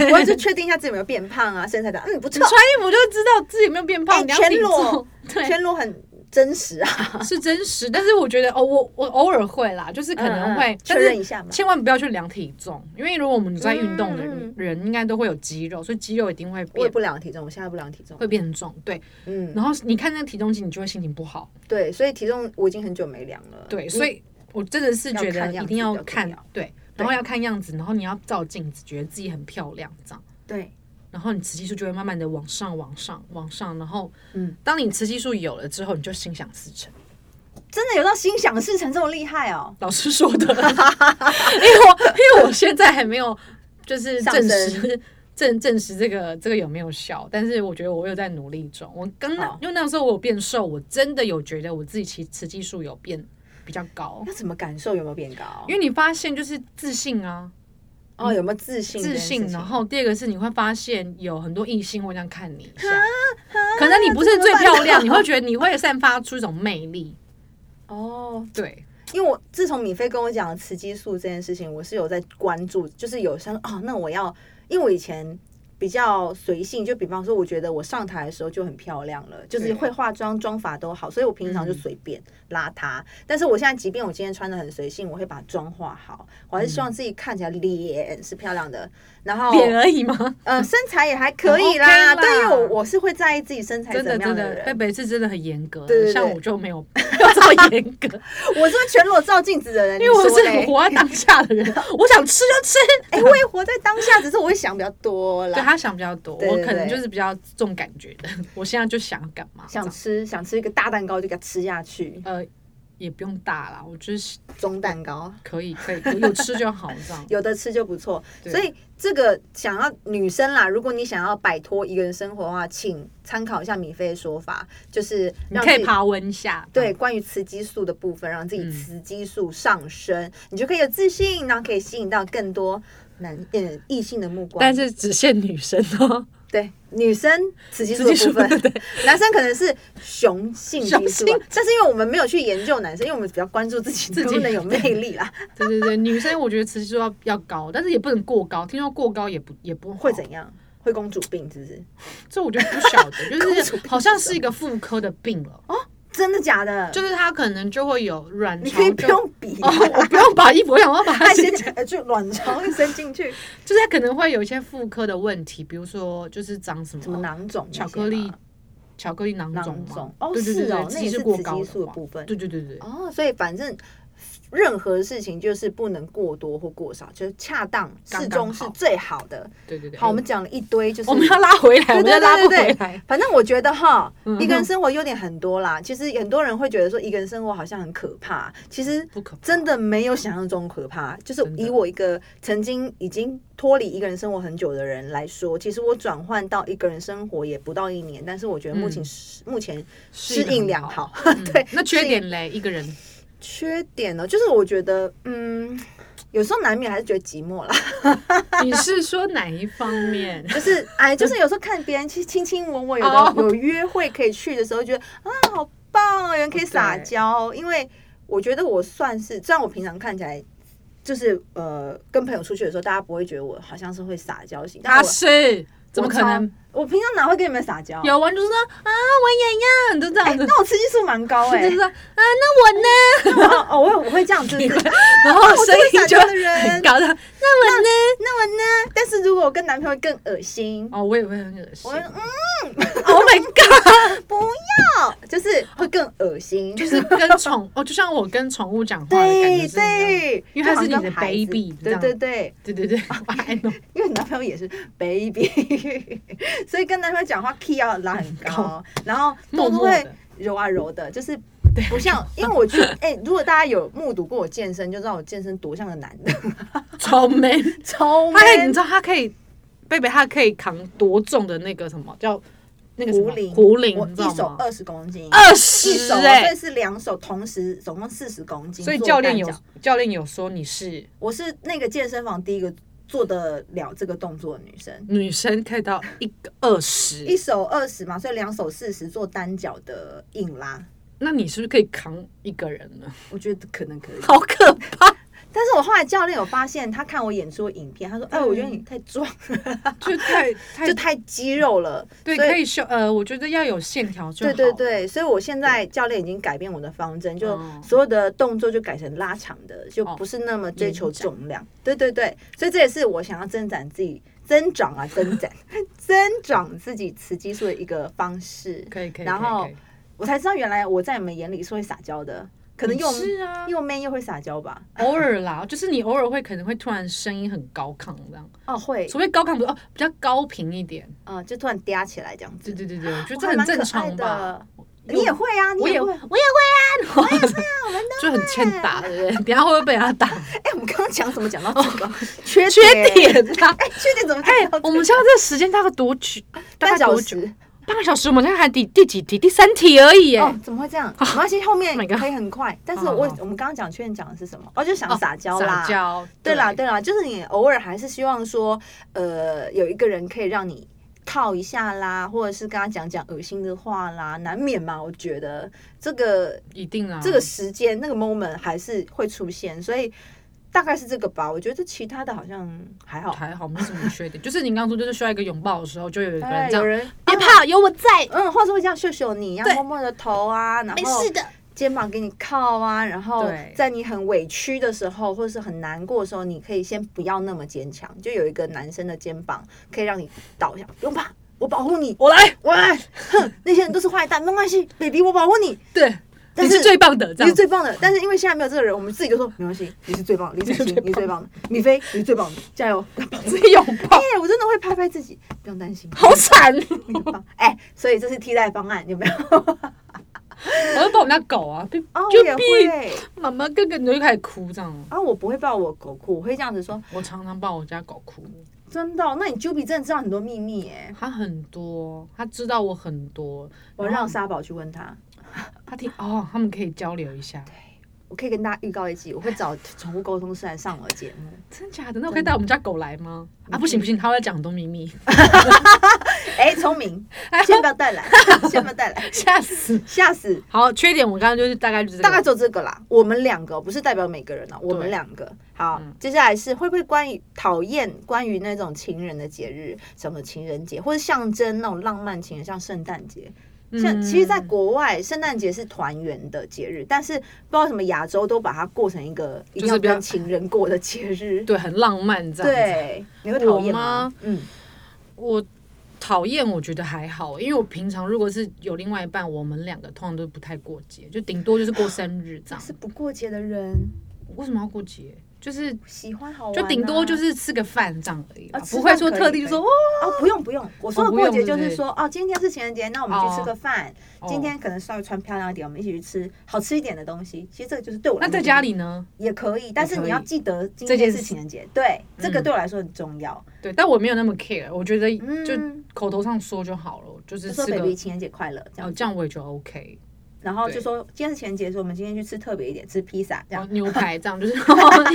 我会去确定一下自己有没有变胖啊，身材长，嗯，不
你
错
穿，衣服就知道自己有没有变
哎
胖，你要
全
体
裸
重。 对，啊
全裸很真实啊，
是真实，但是我觉得哦，我我偶尔会啦，就是可能会，
嗯嗯
但
确认一
是
下嘛。
千万不要去量体重，因为如果我们在运动的人，
嗯嗯
人应该都会有肌肉，所以肌肉一定会
我也
变
不量体重，我现在不量体重。
会变重，对。
嗯，
然后你看那个体重计，你就会心情不好，
对，所以体重我已经很久没量了。
对。
你
所以我真的是觉
要看
得
样
一
子
定要
比较重
看
要
对，然后要看样子，然后你要照镜子，觉得自己很漂亮这样。
对，
然后你雌激素就会慢慢的往上、往上、往上，然后，
嗯
嗯，当你雌激素有了之后，你就心想事成。
真的有到心想事成这么厉害哦。
老师说的，因 为我因为我现在还没有就是
上
证
升
实证证实这个这个有没有效，但是我觉得我有在努力中。我刚那、
好
因为那时候我有变瘦，我真的有觉得我自己其实雌激素有变比较高，
要怎么感受有没有变高？
因为你发现就是自信啊，
哦，有没有自信这
自
件事情？
信，然后第二个是你会发现有很多异性会这样看你一下，可能你不是最漂亮，你会觉得你会散发出一种魅力，
哦，
对。
因为我自从米菲跟我讲雌激素这件事情，我是有在关注，就是有像哦，那我要，因为我以前。比较随性，就比方说，我觉得我上台的时候就很漂亮了，就是
对
会化妆、妆法都好，所以我平常就
嗯
随便邋遢。但是我现在，即便我今天穿的很随性，我会把妆化好，我还是希望自己看起来脸是漂亮的，然后
嗯脸而已吗？
呃，身材也还可以啦，
很嗯哦 OK 啦
对，因为我我是会在意自己身材怎
真
么
的
样
真
的
的，
人，
被北是真的很严格，
对对对
像我就没有没有这么严格，
我是会全裸照镜子的人，
因为我
你说
是
嘞
很活在当下的人， 我想吃就吃。
哎、我也活在当下，只是我会想比较多
对
啦，
他想比较多，
对对
我
对
可能就是比较重感觉的， 我现在就想要干嘛？
想
这样
吃想吃一个大蛋糕就给它吃下去，
呃，也不用大啦，我就是
中蛋糕
可以可以有有吃就好这样。
有的吃就不错。
对
所以这个想要女生啦，如果你想要摆脱一个人生活的话，请参考一下米菲的说法，就是
你
让
可
自
以
己。
爬温一下，
对，关于雌激素的部分，让自己
嗯
雌激素上升，你就可以有自信，然后可以吸引到更多男嗯异性的目光。
但是只限女生哦。
对女生雌激素
雌
的
激素
部分，
对
男生可能是雄性激
雄
素
性
啊，但是因为我们没有去研究男生，因为我们比较关注自 己
自己
能不能有魅力 啦，
对对对，女生我觉得雌激素要要高，但是也不能过高，听说过高也不也不好
会怎样？会公主病是不是？
这我就不晓得，
公主
就 是
病
好像是一个妇科的病了。
真的假的？
就是他可能就会有卵
哦
巢
你
就，
可以不用比
哦，，我不用把衣服，我想要把它
他
先
先，呃就卵巢会伸进去，
就是他可能会有一些妇科的问题，比如说就是长什么
什么囊肿那些吗、
巧克力巧克力囊
囊
肿嘛
肿，哦
对对对
是哦
对，
那
雌
也
激
是
素过
雌
高
激素的
话
部分
对对对对，
哦，所以反正任何事情就是不能过多或过少，就是恰当
刚
适
刚
中是
好
最好的。
对对对。
好，我们讲了一堆，就是
我们要拉回来，我
对
们要
对
拉
对
不
对
回
对
来，，
反正我觉得哈，
嗯
一个人生活优点很多啦。其实很多人会觉得说一个人生活好像很可怕，其实
不可怕
真的没有想象中可怕。就是
真的
以我一个曾经已经脱离一个人生活很久的人来说，其实我转换到一个人生活也不到一年，但是我觉得目前、目前适应良好。
嗯
对，
那缺
适应
点嘞，一个人
缺点呢，就是我觉得嗯，有时候难免还是觉得寂寞啦。
你是说哪一方面？
就是哎，就是有时候看别人去亲亲我我，有
哦
的有约会可以去的时候，觉得啊好棒哦，有人可以撒娇。哦因为我觉得我算是，虽然我平常看起来就是呃跟朋友出去的时候，大家不会觉得我好像是会撒娇型，但
他
我
是怎么
我
可
超
能？
我平常哪会跟你们撒娇？
有完就是说啊，我也要，就这
哎，
样子，
那我刺激素蛮高哎、
就是说啊，那 我呢？
那我哦，我我会这样，就是
你会
啊
然后声音就 很高的。那我呢？
那我呢？但是如果我跟男朋友更恶心，
哦，我也会很恶
我。
心
会嗯
Oh my god！
不要，就是会更恶心，
就是跟宠哦，就像我跟宠物讲话的感
对
觉是一样。
对，
因为他是你的
就好像孩子
baby，这
对
样
对对，
对对 对，我爱弄。
因为你男朋友也是 baby，所以跟男朋友讲话 key 要拉很高，然后动
默
作
默
会
的
揉啊揉的，就是不像，因为我 去，哎、如果大家有目睹过我健身，就知道我健身多像个男的，
超 man。
超
他可以，你
man
知道他可以，贝贝他可以扛多重的那个什么叫那个什么
壶铃，
壶铃，
我
你知道
一手
吗？
二十公斤，
二
一
十
手啊所
哎
以，是两手同时，总共四十公斤。
所以
做
教练
单
有
脚
教练有说你是
我是那个健身房第一个做得了这个动作的女生，
女生可以到一个二
一
十，
手二十嘛，所以两手四十做单脚的硬拉，
那你是不是可以扛一个人 呢？
我觉得可能可以。
好可怕，
但是我后来教练有发现，他看我演出的影片，他说：“哎，
嗯
我觉得你太壮，
就太 太
就太肌肉了。”
对，
所
可以修呃，我觉得要有线条就好
对。对，对，所以我现在教练已经改变我的方针，就
嗯
所有的动作就改成拉长的，就
哦
不是那么追求
延展
重量。对对对，所以这也是我想要增长自己增长啊，增长 增长自己雌激素的一个方式。
可以可以。
然后
可以可以
我才知道原来我在你们眼里是会撒娇的，可能又
你是啊，
又 man 又会撒娇吧？
偶尔啦，就是你偶尔会可能会突然声音很高亢这样，
哦，会
除非高亢不是哦，比较高频一点。
啊，就突然嗲起来这样子
对。对对对，我觉得
哇
这
还哦蛮可
很正
爱
常
的
吧。
你也会啊，你
我也
会
会，。我也会啊，我也会啊，我们就很欠打的人， 等一下会不会被他 打？
哎，我们刚刚讲怎么讲到这个缺
哦缺？点啦！
哎，缺点怎么
哎
讲到这个？
我们现在这个时间大概多久？大
半
概
小
多久？
时。
半个小时，我们现在还第第几题？第三题而已耶。
哦，怎么会这 样？没关系，后面
Oh my god
可以很快。但是
好好
我
好
我们刚刚讲缺点讲的是什么？哦，就想
哦
撒娇啦。
撒娇，
对啦，对啦，就是你偶尔还是希望说，呃，有一个人可以让你靠一下啦，或者是跟他讲讲恶心的话啦，难免嘛。我觉得这个
一定啊。
这个时间那个 moment 还是会出现，所以大概是这个吧。我觉得其他的好像还好。
还好，没什么缺点。 就是你刚刚说，就是需要一个拥抱的时候，就有一个
哎
人这
有
样，
人
别怕，有我在，
嗯，或者会这样秀秀你，然后
对
摸摸你的头啊，然后
没事的。
肩膀给你靠啊，然后
对
在你很委屈的时候，或者是很难过的时候，你可以先不要那么坚强，就有一个男生的肩膀可以让你倒下，不用怕，我保护你，
我来，
我来，哼，那些人都是坏蛋，没关系，baby，我保护你，
对，
但
你
是
是最棒的，这
你
样
是最棒的。但是因为现在没有这个人，我们自己就说没关系，你是最棒的，李彩琴，你是最棒 的，米菲，你是最棒的，加油！
直接拥 抱
哎，，我真的会拍拍自己，不用担心，
好惨！
你很棒，哎，所以这是替代方案，有没有？
我要抱我们家狗啊，就
哦，
就
我也
比
会。
妈妈哥哥你就开始哭这样。
啊，我不会抱我狗哭，我会这样子说，
我常常抱我家狗哭，
真的哦、那你 Juby 真的知道很多秘密耶、
它很多，它知道我很多。
我让沙宝去问他，
它听哦，他们可以交流一下。
我可以跟大家预告一集，我会找宠物沟通师来上我的节目。
真假的？那我可以带我们家狗来吗？啊，不行不行，它会讲很多秘密，
哎、聪明，先不要带来，先不要带来，
吓死！
吓死！
好，缺点我刚刚就是大概就是这个
大概就这个啦。我们两个不是代表每个人啊，我们两个。好，
嗯
接下来是会不会关于讨厌关于那种情人的节日，什么情人节，或者象征那种浪漫情人，像圣诞节。像
嗯
其实，在国外，圣诞节是团圆的节日，但是不知道为什么亚洲都把它过成一个一定
就
要
是比较
跟情人过的节 日。
对很浪漫这样子。
对，你会讨厌吗
我吗？
嗯，
我讨厌，我觉得还好，因为我平常如果是有另外一半，我们两个通常都不太过节，就顶多就是过生日这样。
是不过节的人
为什么要过节？就是
喜欢好玩啊、
就顶多就是吃个饭这样而已
啊，
啦
吃
不
饭
会说特地就说哦，
哦，不用不用，我说的
哦不用
过节就是
是不是
说哦，今天是情人节，那我们去吃个饭，
哦
今天可能稍微穿漂亮一点，我们一起去吃好吃一点的东西。其实这个就是对我来
那
说
在家里呢？
也可以，但是
也可以
你要记得今
这
天
件
是
事
情人节，对，这个
嗯
对我来说很重要。
对，但我没有那么 care，我觉得
嗯
就口头上说就好了，就是
就说
吃个
baby 情人节快乐这
哦
样，
这样我也觉得 OK。
然后
对
就说今天是情人节，说我们今天去吃特别一点，吃披萨这
然
样。
后哦牛排这样就是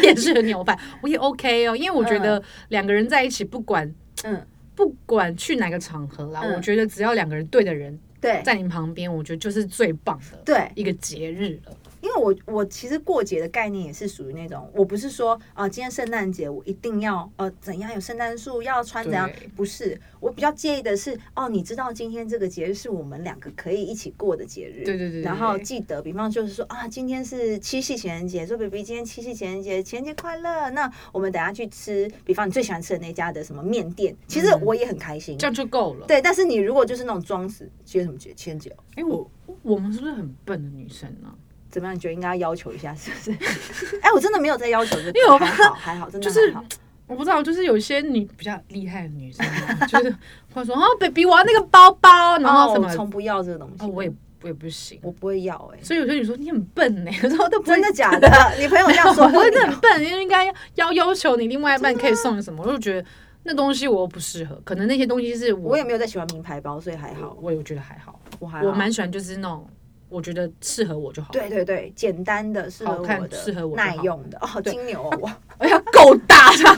也是牛排，我也 OK 哦，因为我觉得两个人在一起，不管
嗯，
不管去哪个场合啦，
嗯
我觉得只要两个人对的人
对
在你旁边，我觉得就是最棒的
对，
一个节日了。
因为我我其实过节的概念也是属于那种，我不是说啊、呃今天圣诞节我一定要呃怎样有圣诞树要穿怎样
对，
不是，我比较介意的是哦，你知道今天这个节日是我们两个可以一起过的节日，
对对对对
然后
对
记得，比方就是说啊，今天是七夕情人节，说 baby 今天七夕情人节，情人节快乐，那我们等下去吃，比方你最喜欢吃的那家的什么面店，其实
嗯
我也很开心。
这样就够了。，
对，但是你如果就是那种装死，情人什么节？情人节哦
哎，我我们是不是很笨的女生啊呢？
怎么样？你觉得应该要要求一下，是不 是？哎、我真的没有在要求这个，
因为我
还好，还好，真的
就是
还好
我不知道，就是有一些女比较厉害的女生啊，就是会说啊，baby，我要那个包包，然后什么
哦我从不要这个东西，
哦，我也也不行。
我不会要哎、
所以有些女说你很笨 呢、欸， 我都不会
真的假的？你朋友这样说
我
过
真
你
的
啊
很笨，因为应该要要求你另外一半可以送你什么，我就觉得那东西我又不适合，可能那些东西是我
我也没有在喜欢名牌包，所以还好，
我也觉得还好，
我还好哦
我蛮喜欢就是那种我觉得适合我就好，
对，对对，简单的适合
好看
我的，
适合我就好
耐用的哦，金牛哦我
而且要哎够大这样，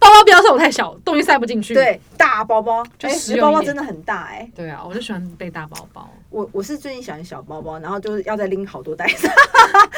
包包不要送我太小，东西塞不进去，
对大包包，
就
哎
实
这
用
包
一
包
点
真的很大哎，
对啊，我就喜欢背大包 包，
我我是最近喜欢小包包，然后就是要再拎好多袋 子，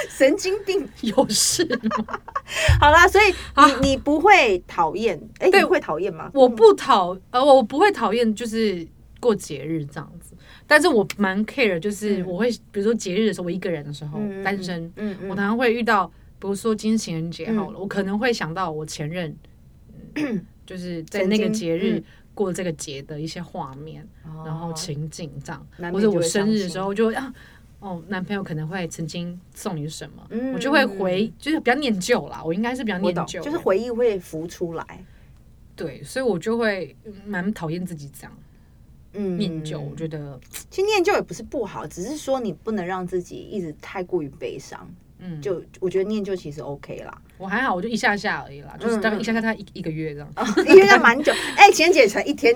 神经病。
有事吗
好啦，所以
啊
你你不会讨厌，哎，
对
你会讨厌吗？
我不讨呃我不会讨厌就是过节日这样子，但是我蛮 care 就是
嗯
我会比如说节日的时候我一个人的时候
嗯嗯
哦单身，
嗯嗯
我常常会遇到，比如说今天情人节好了，我可能会想到我前任， 嗯就是在那个
曾经
节日
嗯
过这个节的一些画面，
哦
然后情景这样，
难免
或者
就
我
会
生
伤
日的
心
时候就会啊。哦，男朋友可能会曾经送你什么，
嗯
我就会
嗯嗯
回，就是比较念旧啦。我应该是比较
我
念
懂，
旧的，
就是回忆会浮出来，
对，所以我就会嗯蛮讨厌自己这样
嗯，
念旧。我觉得，
其实念旧也不是不好，只是说你不能让自己一直太过于悲伤。
嗯，就
就我觉得念旧其实 OK 啦，
我还好，我就一下下而已啦，就是大
嗯
概一下下大概一一个月这样。
因为要蛮 久。哎、情人节才哦一天，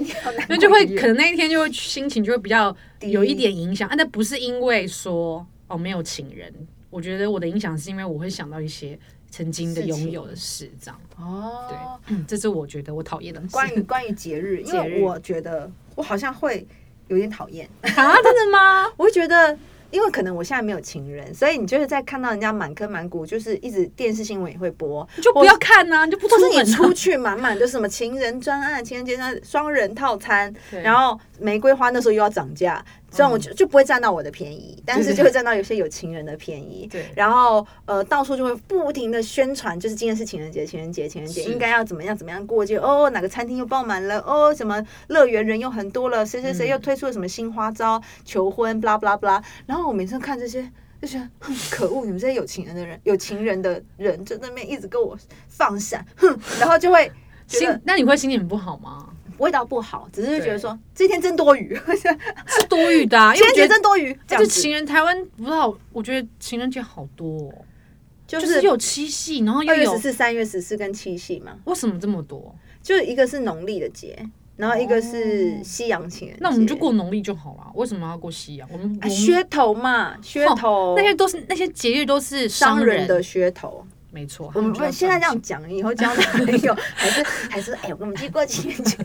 那就会可能那一天就会心情就会比较
低
有一点影响，啊，那不是因为说哦没有情人，我觉得我的影响是因为我会想到一些曾经的
事情
拥有的事，这样，
哦。
对嗯，这是我觉得我讨厌的事。
关于关于节日，因
节
为
日
我觉得我好像会有点讨厌，
啊，真的吗？
我会觉得。因为可能我现在没有情人，所以你就是在看到人家满坑满谷，就是一直电视新闻也会播，
你就不要看呐、你就不
或
出
是你
门
出
啊。
去满满就是什么情人专案、情人节专案双人套餐，
对嗯
然后玫瑰花那时候又要涨价，虽然我就就不会占到我的便宜，但是就会占到有些有情人的便宜。
对
然后呃，到处就会不停的宣传，就是今天是情人节，情人节，情人节
是
应该要怎么样怎么样过节哦，哪个餐厅又爆满了哦，什么乐园人又很多了，谁谁谁
嗯
又推出了什么新花招，求婚，blah blah blah。然后我每次看这些。就觉得哼，可恶！你们这些有情人的人，有情人的人就在那边一直跟我放闪，哼，然后就会觉
心
得，
那你会心情不好吗？
味道不好，只是会觉得说这一天真多余，
是多 余的、啊，因
情人
为哎
节
我觉得
真多余，这
而
样
且
子
情人台湾不知道，我觉得情人节好多、哦，
就
就是
是
有七夕，然后又
二月
有
十四、三月十四跟七夕嘛，
为什么这么多？
就是一个是农历的节，然后一个是
哦
西洋情人节，
那我们就过农历就好了，为什么要过西洋？我们、
啊
我们
噱头嘛，噱头
那些都是那些节日都是
商人
人
的，噱头。
没错。
我们
他就要
现在这样
赚
讲，以后交男朋友还是还是哎，我们去过情人节。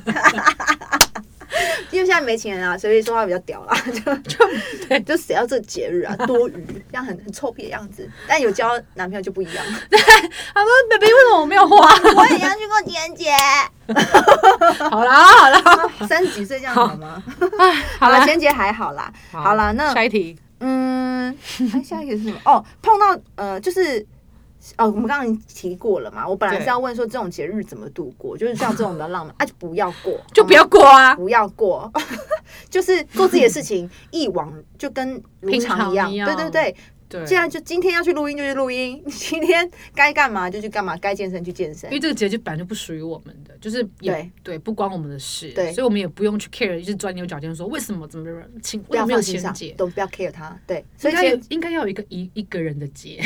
因为现在没情人啊，所以说话比较屌啦， 就就
对
就谁要这节日啊，多余，这样很很臭屁的样子。但有交男朋友就不一样，
钱。他说：“baby，为什啊么我没有花
我也要去过情人节。？”
好啦好啦，
三十几岁这样好吗？
哎，好
了，
啦
情，人节还好啦。好啦，那
下一题，
嗯， 哎下一个是什么？哦，碰到呃，就是哦，我们刚刚提过了嘛。我本来
对
是要问说这种节日怎么度过，就是像这种的 浪漫，啊，就不要过，
就
好吗
不要过啊，
不要过， 就是做自己的事情，一往就跟如
平
常
常
一样。
一
对对
样
对，
对，
既然就今天要去录音就去录音， 今天该干嘛就去干嘛，该健身去健身
因为。这个节日本来就不属于我们的，就是也
对
对，不关我们的事，
对
所以我们也不用去 care，就是钻牛角尖说为什么怎么怎么情
不
为什
要
么没有
放心
情人
上
节，，
都不要 care 他。对，所
应
以
该有
其实
应该要有一个一一个人的节，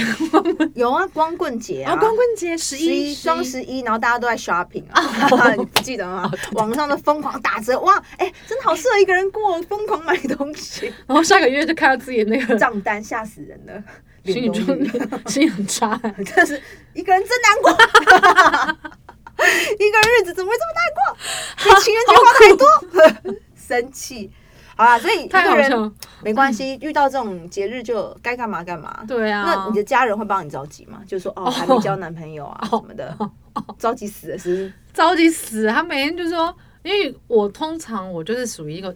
有啊，光棍节
然后哦光棍节十
十
一哦
一双十一，然后大家都在 shopping 啊， 你不记得吗？网上都疯狂打折，哇，哎、真的好适合一个人过，疯狂买东 西，
然后下个月就看到自己的那个
账单吓死人了，
心里
脸都绿了
就心里很 差，
真是一个人真难过， 一个人日子怎么会 这么难过？比情人节花的还多， 生气。好啦，所以一
太
个
好笑
人
了。
没关系，遇到这种节日就该干嘛干嘛。
对啊，
那你的家人会帮你着急吗？就说哦，还没交男朋友啊什么的，
哦
着急死了是不是？
着急死了！他每天就说，因为我通常我就是属于一个，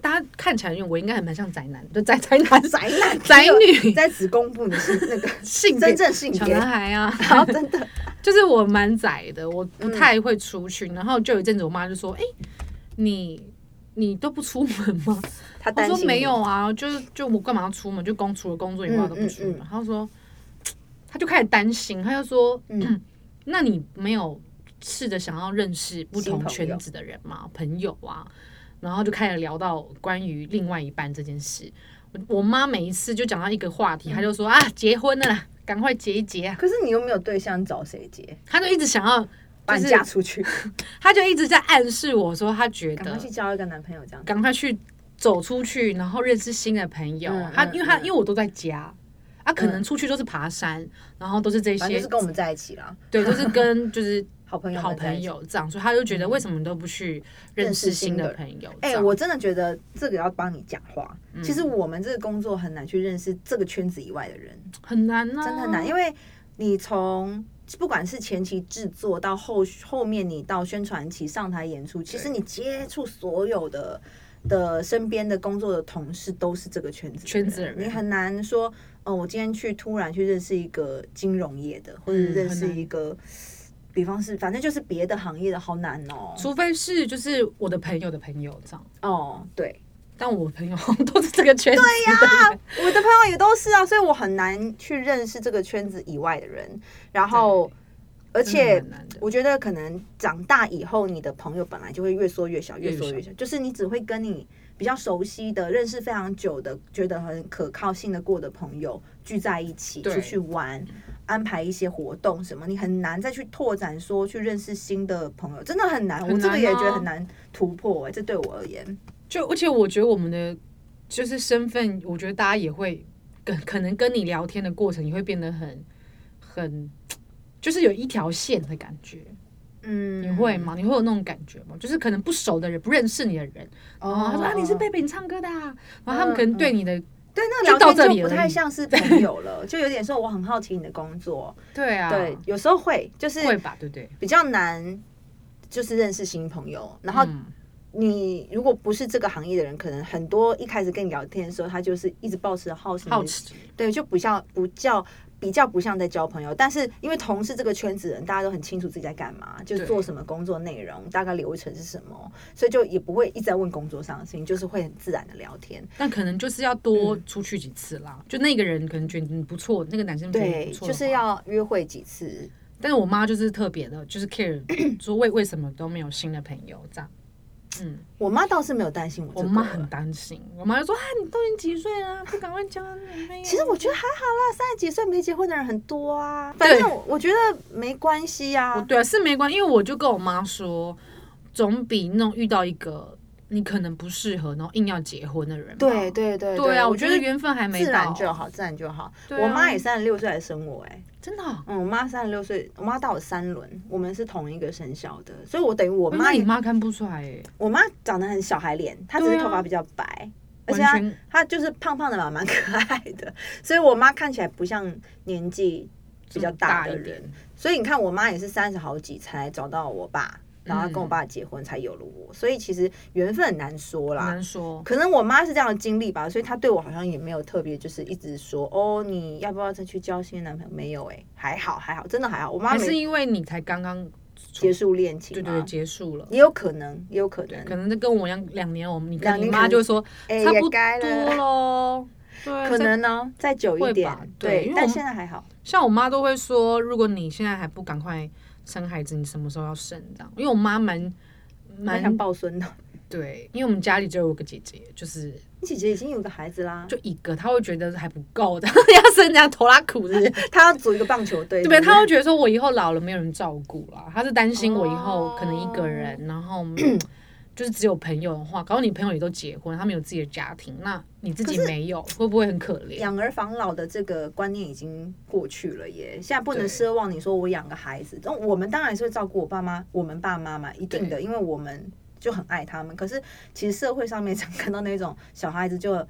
大家看起来因为我应该还蛮像宅男，就宅宅男
宅男
宅女
在只公布你是 那个
性别
真正性
小
别，
男孩啊，
好 真的
就是我蛮宅的，我
嗯
不太会出去。然后就有一阵子，我妈就说：“哎、你你都不出门吗？”
他
我
担
说
心
没
你
有啊，就是就我干嘛要出门？就工除了工作以外我都不
嗯
出
嗯
门
嗯。
他就说，他就开始担心，他就说，
嗯
那你没有试着想要认识不
新
同
朋友
圈子的人吗？朋友啊，然后就开始聊到关于另外一半这件事。我妈每一次就讲到一个话
嗯
题，她就说啊，结婚了啦，赶快结一结啊，
可是你又没有对象，找谁结？
她就一直想要，
把你
就是
嫁出去，
她就一直在暗示我说，她觉
赶快
得
去交一个男朋友这样。
赶快去走出去，然后认识新的朋友
嗯。
她
嗯
因为她
嗯
因为我都在家。啊，可能
嗯
出去都是爬山，然后都是这
反
些
正就，是跟我们在一起啦，
对，都是 跟就是
好朋友，
好朋。友这样，所以他就觉得为什么你都不去认识新的朋友？
哎、
这样
嗯我真的觉得这个要帮你讲话。
嗯
其实我们这个工作很难去认识这个圈子以外的人，
很难啊，
真的很难，因为你从不管是前期制作到后后面，你到宣传期上台演出，其实你接触所有的的身边的工作的同事都是这个圈子
圈子的人
你很难说，哦，我今天去突然去认识一个金融业的，或者
嗯
认
很
识
难
一个，比方是反正就是别的行业的，好难哦。
除非是就是我的朋友的朋友这样，
哦，对，
但我朋友 都是这个圈子的人，
我的朋友也都是啊，所以我很难去认识这个圈子以外的人。然后，而且
真的蛮难的
我觉得可能长大以后，你的朋友本来就会越缩越小，越缩
越
越
小
小，就是你只会跟你比较熟悉的、认识非常久的、觉得很可靠信得过的朋友聚在一起，
对
出去玩。安排一些活动什么，你很难再去拓展说去认识新的朋友，真的很难。我
很
这个
难
也觉得
啊
很难突破哎、这对我而言，
就而且我觉得我们的就是身份，我觉得大家也会跟可能跟你聊天的过程也会变得很很。就是有一条线的感觉，
嗯，
你会吗？你会有那种感觉吗？就是可能不熟的人、不认识你的人，
哦？
哦，他说啊你是
哦
贝贝，你唱歌的、啊，然后他
嗯
们可能对你的、
对，那
就
个
到
聊
这
天
里
就不
而
太
已
像是朋友了，就有点说我很好奇你的工作，
对啊，
对，有时候会就是
会吧，对不对？
比较难，就是认识新朋友。然后
嗯
你如果不是这个行业的人，可能很多一开始跟你聊天的时候，他就是一直保持好奇，
好，奇，
对，就不像不叫。比较不像在交朋友，但是因为同事这个圈子人，大家都很清楚自己在干嘛，就是
对
做什么工作内容，大概流程是什么，所以就也不会一直在问工作上的事情，就是会很自然的聊天。
但可能就是要多
嗯
出去几次啦。就那个人可能觉得你不错，那个男生觉得你
对，
不嗯错，
就是。要约会几次，
但是我妈就是特别的，就是 care 说为为什么都没有新的朋友这样。嗯，
我妈倒是没有担心我这
我
个。
妈很担心，我妈就说啊，你都已经几岁了， 不赶快啊交女朋友？
其实我觉得还好啦，三十几岁没结婚的人很多啊。反正我我觉得没关系
我
呀、
对啊，是没关系，因为我就跟我妈说，总比那种遇到一个你可能不适合，然后硬要结婚的人吧。
对对对
对啊，
我
我觉得缘分还没
自
到
然，就好，自然就好。
对啊
我妈也三十六岁来生我、欸，
真的哦。
嗯，我妈三十六岁，我妈大我三轮，我们是同一个生肖的，所以我等于我
我
妈
你
也，
妈看不出来哎、
我妈长得很小孩脸，她只是
对啊
头发比较白，而且
完
她
全
她就是胖胖的嘛，蛮可爱的， 所以我妈看起来不像年纪比较大的
嗯一
人
点。。
所以你看，我妈也是三十好几才找到我爸，然后跟我爸结婚才有了我，所以其实缘分很难说
很
啦
难。说。
可能我妈是这样的经历吧，所以她对我好像也没有特别，就是一直说哦，你要不要再去交新的男朋友？没有哎、还好还好，真的还好。我妈
还是
没
因为你才刚刚
结束恋情
对
嘛，
对对结束了，
也有可能，也有可能，
可能就跟我一样，两年我们你
两
看你
年
妈
可能
就会说
哎、
差不
也
多
该了，
喽。对啊，
可
这
能呢，再久一
会
点
吧，对
对
因为，
但
我们
现在还好。
像我妈都会说，如果你现在还不赶快生孩子，你什么时候要生？这样，因为我妈蛮
蛮想
蛮
抱孙的，
对，因为我们家里只有我个姐姐，就是
你姐姐已经有个孩子啦，
就一个，她会觉得还不够的， 要生这样拖拉苦是不是
她要组一个棒球队，
对吧？
不
他会觉得说我以后老了没有人照顾啦，他是担心我以后可能一
哦
个人，然后就是只有朋友的话，搞到你朋友也都结婚，他们有自己的家庭，那你自己
可是
没有，会不会很可怜？
养儿防老的这个观念已经过去了耶，现在不能
对
奢望你说我养个孩子，那我们当然是会照顾我爸妈，我们爸妈嘛，一定的，因为我们就很爱他们。可是其实社会上面常看到那种小孩子就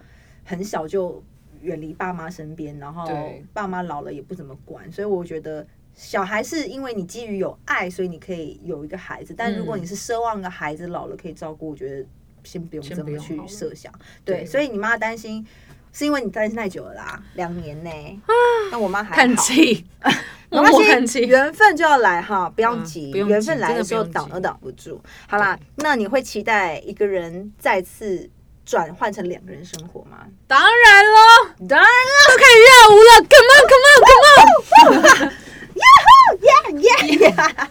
很小就远离爸妈身边，然后
对
爸妈老了也不怎么管，所以我觉得。小孩是因为你基于有爱，所以你可以有一个孩子。但如果
嗯
你是奢望一个孩子老了可以照顾，我觉得先不用
先
这
不
么
用
去
好了
设想。对，
对
所以你妈担心是因为你担心太久了啦，两年呢、
啊
那我妈还
叹
好，
气，
没
默 默
关
叹
系，
气。
缘分就要来哈，不要
嗯
急，
不用
缘
急
分来
真的
的
不
时候
用
挡
急
都挡不住。好啦，那你会期待一个人再次转换成两个人生活吗？
当然喽，
当然啦
都可以绕舞了，Come on，Come on，Come on，
，Yeah 耶！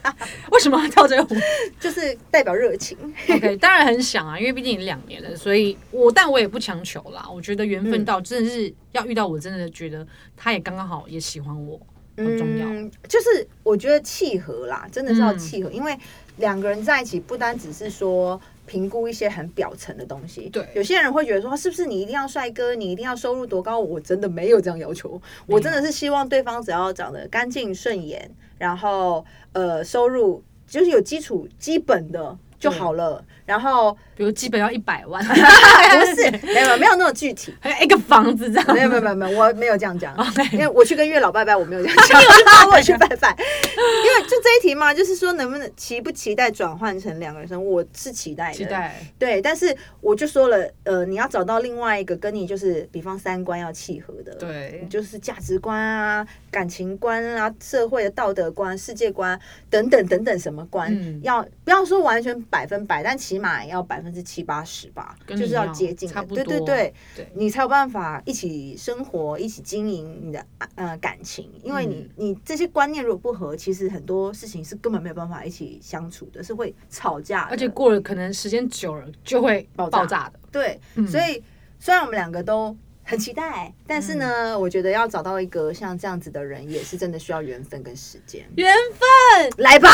为什么要跳这个舞
就是代表热情。
？OK，当然很想啊，因为毕竟两年了，所以我但我也不强求啦。我觉得缘分到真的是要遇到，我真的觉得他也刚刚好也喜欢我，很重要。
嗯，就是我觉得契合啦，真的是要
嗯
契合，因为两个人在一起不单只是说评估一些很表层的东西。
对
有些人会觉得说，是不是你一定要帅哥，你一定要收入多高？我真的没有这样要求，
有
我真的是希望对方只要长得干净顺眼，然后呃，收入就是有基础基本的。就
对
好了，然 后
比如基本要一百万，
不是没有没有那么具体，
还有一个房子这 样。
没有没有没有没有，我没有这样讲
OK
因为我去跟月老拜拜，我没有这样 讲， 我也去拜拜，因为就这一题嘛，就是说能不能期不期待转换成两个人生，我是期待的，
期待
对，但是我就说了，呃，你要找到另外一个跟你就是，比方三观要契合的，，
对，
就是价值观啊、感情观啊、社会的道德观、世界观等等等等什么观，
嗯
要不要说完全百分百，但起码也要百分之七八十吧，
跟你
就是要
一样
接近的
差不
对对
多
对。
对
你才有办法一起生活，一起经营你的呃感情，因为你、
嗯
你这些观念如果不合，其实很多事情是根本没有办法一起相处的，是会吵架的，
而且过了可能时间久了就会
爆
爆
炸
炸的。
对，
嗯
所以虽然我们两个都很期待，但是呢，
嗯
我觉得要找到一个像这样子的人，也是真的需要缘分跟时间。
缘分，
来吧，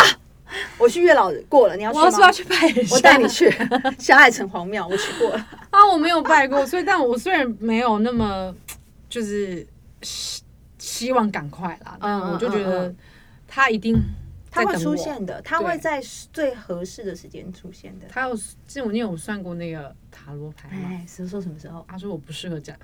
我去月老过了，你要去
我要
吗？
是要去拜一下，
我带你去 小海城隍庙，我去过了。
啊，我没有拜过，所以但我虽然没有那么就是希希望赶快啦，但我就觉
嗯嗯
得他一定
他
在
会
等
出
我，
现的，他
对
会在最合适的时间出现的。
他有，这我你有算过那个塔罗牌吗？
哎，是说什么时候？
他说我不适合这样，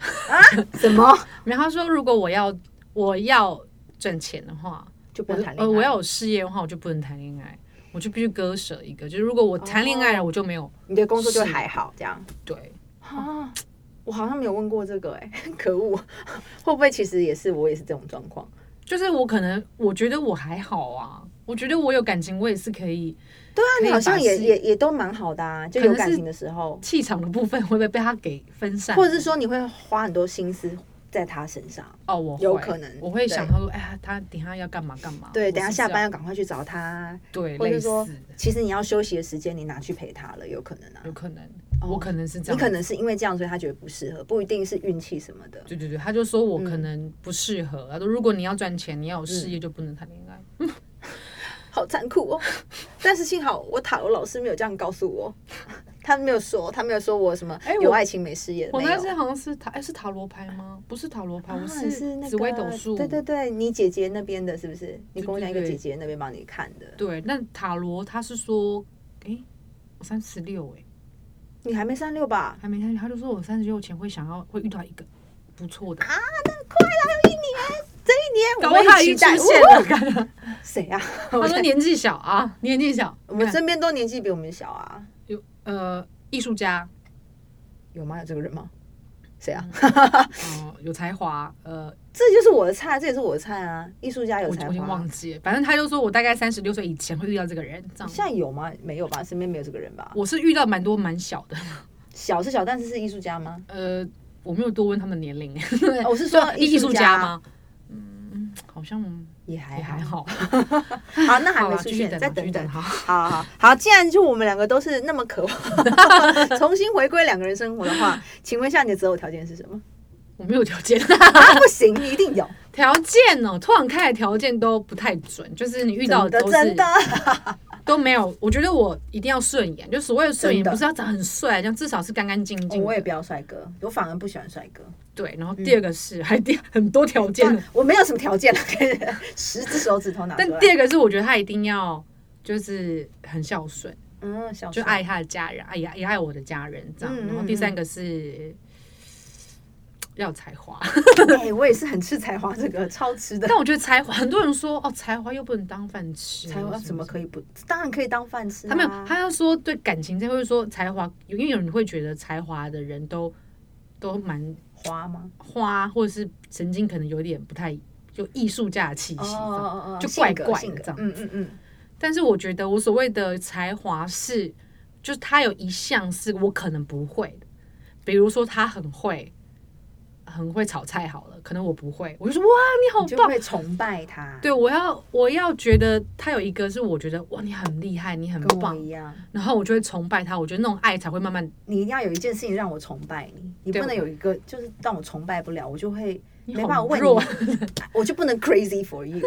什么？
然后他说如果我要我要挣钱的话，
就不
我
要谈恋爱。
呃我要有事业的话，我就不能谈恋爱，我就必须割舍一个。就是如果我谈恋
哦
爱了，我就没有
你的工作就还好这样。
对，
啊，我好像没有问过这个哎、 可恶，会不会其实也是我也是这种状况？
就是我可能我觉得我还好啊，我觉得我有感情，我也是可以。
对啊，
可以
你好像也
把事
也也都蛮好的啊，就
可
有
能是
感情的时候，
气场的部分会不会被他给分散？
或者是说你会花很多心思在他身上。啊
哦，我会
有可能
我会
对
想到说，哎呀，他等一下要干嘛干嘛？
对，
我
等一下
是
下班要
这样
赶快去找他，
对，
或者
类似
说
的，
其实你要休息的时间你拿去陪他了，有可能啊
有。可能，
哦
我可能是这
你
样，
可能是因为这样，所以他觉得不适合，不一定是运气什么的。
对对对，他就说我
嗯
可能不适合，他说如果你要赚钱，你要有事业就不能谈恋爱。
好残酷哦！ 但是幸好我塔罗老师没有这样告诉我， 他没有说，他没有说我什么
哎我
有爱情没事业，
我
没
那
有。
次好像是塔，哎，是塔罗牌吗？不是塔罗牌，我
啊你是那
紫微斗
个
数。
对对对，你姐姐那边的是不是？你
对
跟我讲一个
对
姐
对
姐那边帮你看的，
对，那塔罗他是说，哎，我三十六，哎，
你还没三六吧？
还没下去，他就说我三十六前会想要会遇到一个不错的，
这一年
搞
啊我
不好
们
他
一起
已经
待
出现了。
谁啊？
他说年纪小啊，年纪小，
我们
看
身边都年纪比我们小啊，
有呃艺术家，
有吗？有这个人吗？
嗯
谁啊？
呃有才华，呃
这就是我的菜，这也是我的菜啊！艺术家
我
有
我
才
已经
华
忘，记了，反正他就说我大概三十六岁以前会遇到这个人，这
现在
样。
有吗？没有吧？身边没有这个人吧？
我是遇到蛮多蛮小的，
小是小，但是是艺术家吗？
呃，我没有多问他们 年龄，
哦我是说
艺术
家啊
家？吗？嗯，好像
也
也
还
还
好。
好，
好，那还
好
没
啦
出
继续
现，
等
再
啦，继续
等等。
等哈。
好好好，既然就我们两个都是那么渴望 重新回归两个人生活的话，请问一下你的择偶条件是 什么？
我没有条件，
啊，不行，你一定有，
条件哦，通常开的条件都不太准，就是你遇到
真的
都
真
是
的，
都没有。我觉得我一定要顺眼，就所谓的顺眼，
真的哦
不是要长很帅，这样至少是干干净净的。
我也不要帅哥，我反而不喜欢帅哥。
对，然后第二个是、还第很多条件
但
的，
我没嗯有什么条件了，十只手指头拿出
但
来
第。二个是我觉得他一定要就是很孝顺，
嗯，小
就
帅
爱他的家人，爱也也爱我的家人这样。
嗯
然后
嗯
第
嗯
三个是要有才华，
哎，我也是很吃才华这个，超吃的。
但我觉得才华，很多人说哦，才华又不能当饭吃，
才华
什
怎么可
以？
以不？当然可以当饭吃、啊。
他没有，他要说对感情这会说才华，因为有人会觉得才华的人都都蛮
花吗？
花，或者是神经可能有点不太有艺术家的气息这样。
哦
就
性格
怪怪的
性格
这样
嗯嗯嗯，
但是我觉得我所谓的才华是，就是他有一项是我可能不会的，比如说他很会，呃很会炒菜好了，可能我不会，我就说哇
你
你
就
好棒，
会崇拜他，
对我要我要觉得他有一个是我觉得哇你很厉害，你很
跟我
棒，
一样，
然后我就会崇拜他，我觉得那种爱才会慢慢
你一定要有一件事情让我崇拜你，你
对
不能有一个就是让我崇拜不了，我就会
你
没
好
办法问
弱
你， 我就不能 crazy for you，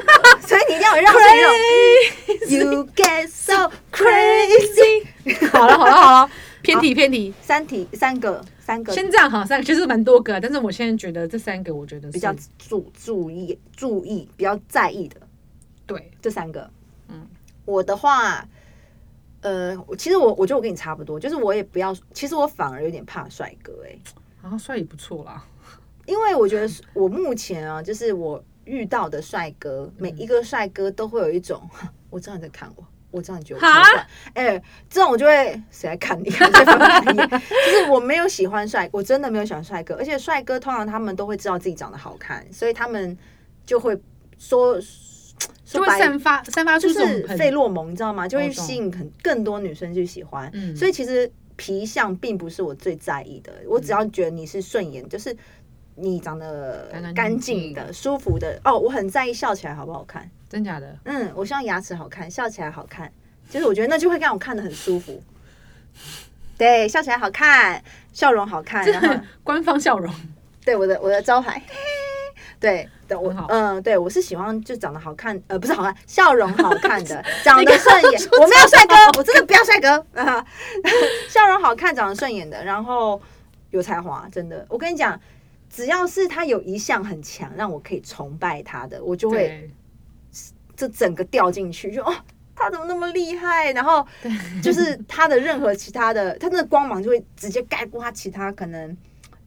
所 以你一定要有让我让 you get so crazy。
好了好了好 了，偏题偏题，
三题三个三个
先这样哈，三个其实蛮多个啊，但是我现在觉得这三个我觉得是
比较注注意注意比较在意的
对，
这三个，
嗯，
我的话，呃，我其实我我觉得我跟你差不多，就是我也不要，其实我反而有点怕帅哥哎、欸
然后帅也不错啦，
因为我觉得我目前啊，就是我遇到的帅哥，每一个帅哥都会有一种， 哼我知道你在看我。我知道你觉得我超帅，哎、这种我就会谁来看你？ 啊？这方面的就是我没有喜欢帅，我真的没有喜欢帅哥，而且帅哥通常他们都会知道自己长得好看，所以他们就会说
就
说
会
白
散发散发
就
出这
是
种很
费洛蒙，你知道吗？就会
懂
吸引很更多女生去喜欢。
嗯
所以其实皮相并不是我最在意的，我只要觉得你是顺眼，就是你长得
嗯干干净
干净的、舒服的。哦，我很在意笑起来好不好看。
真假的，
嗯，我希望牙齿好看，笑起来好看，就是我觉得那就会让我看得很舒服。对，笑起来好看，笑容好看，
这
哎然后
很官方笑容，
对我的我的招牌，嘿对对我
很好
嗯，对我是喜欢就长得好看，呃，不是好看，笑容好看 的，长得顺眼。我没有帅哥，我真的不要帅哥啊， 笑容好看，长得顺眼的，然后有才华，真的。我跟你讲，只要是他有一项很强，让我可以崇拜他的，我就会
对，
这整个掉进去，就哦。他怎么那么厉害？然后就是他的任何其他的，他的光芒就会直接盖过他其他可能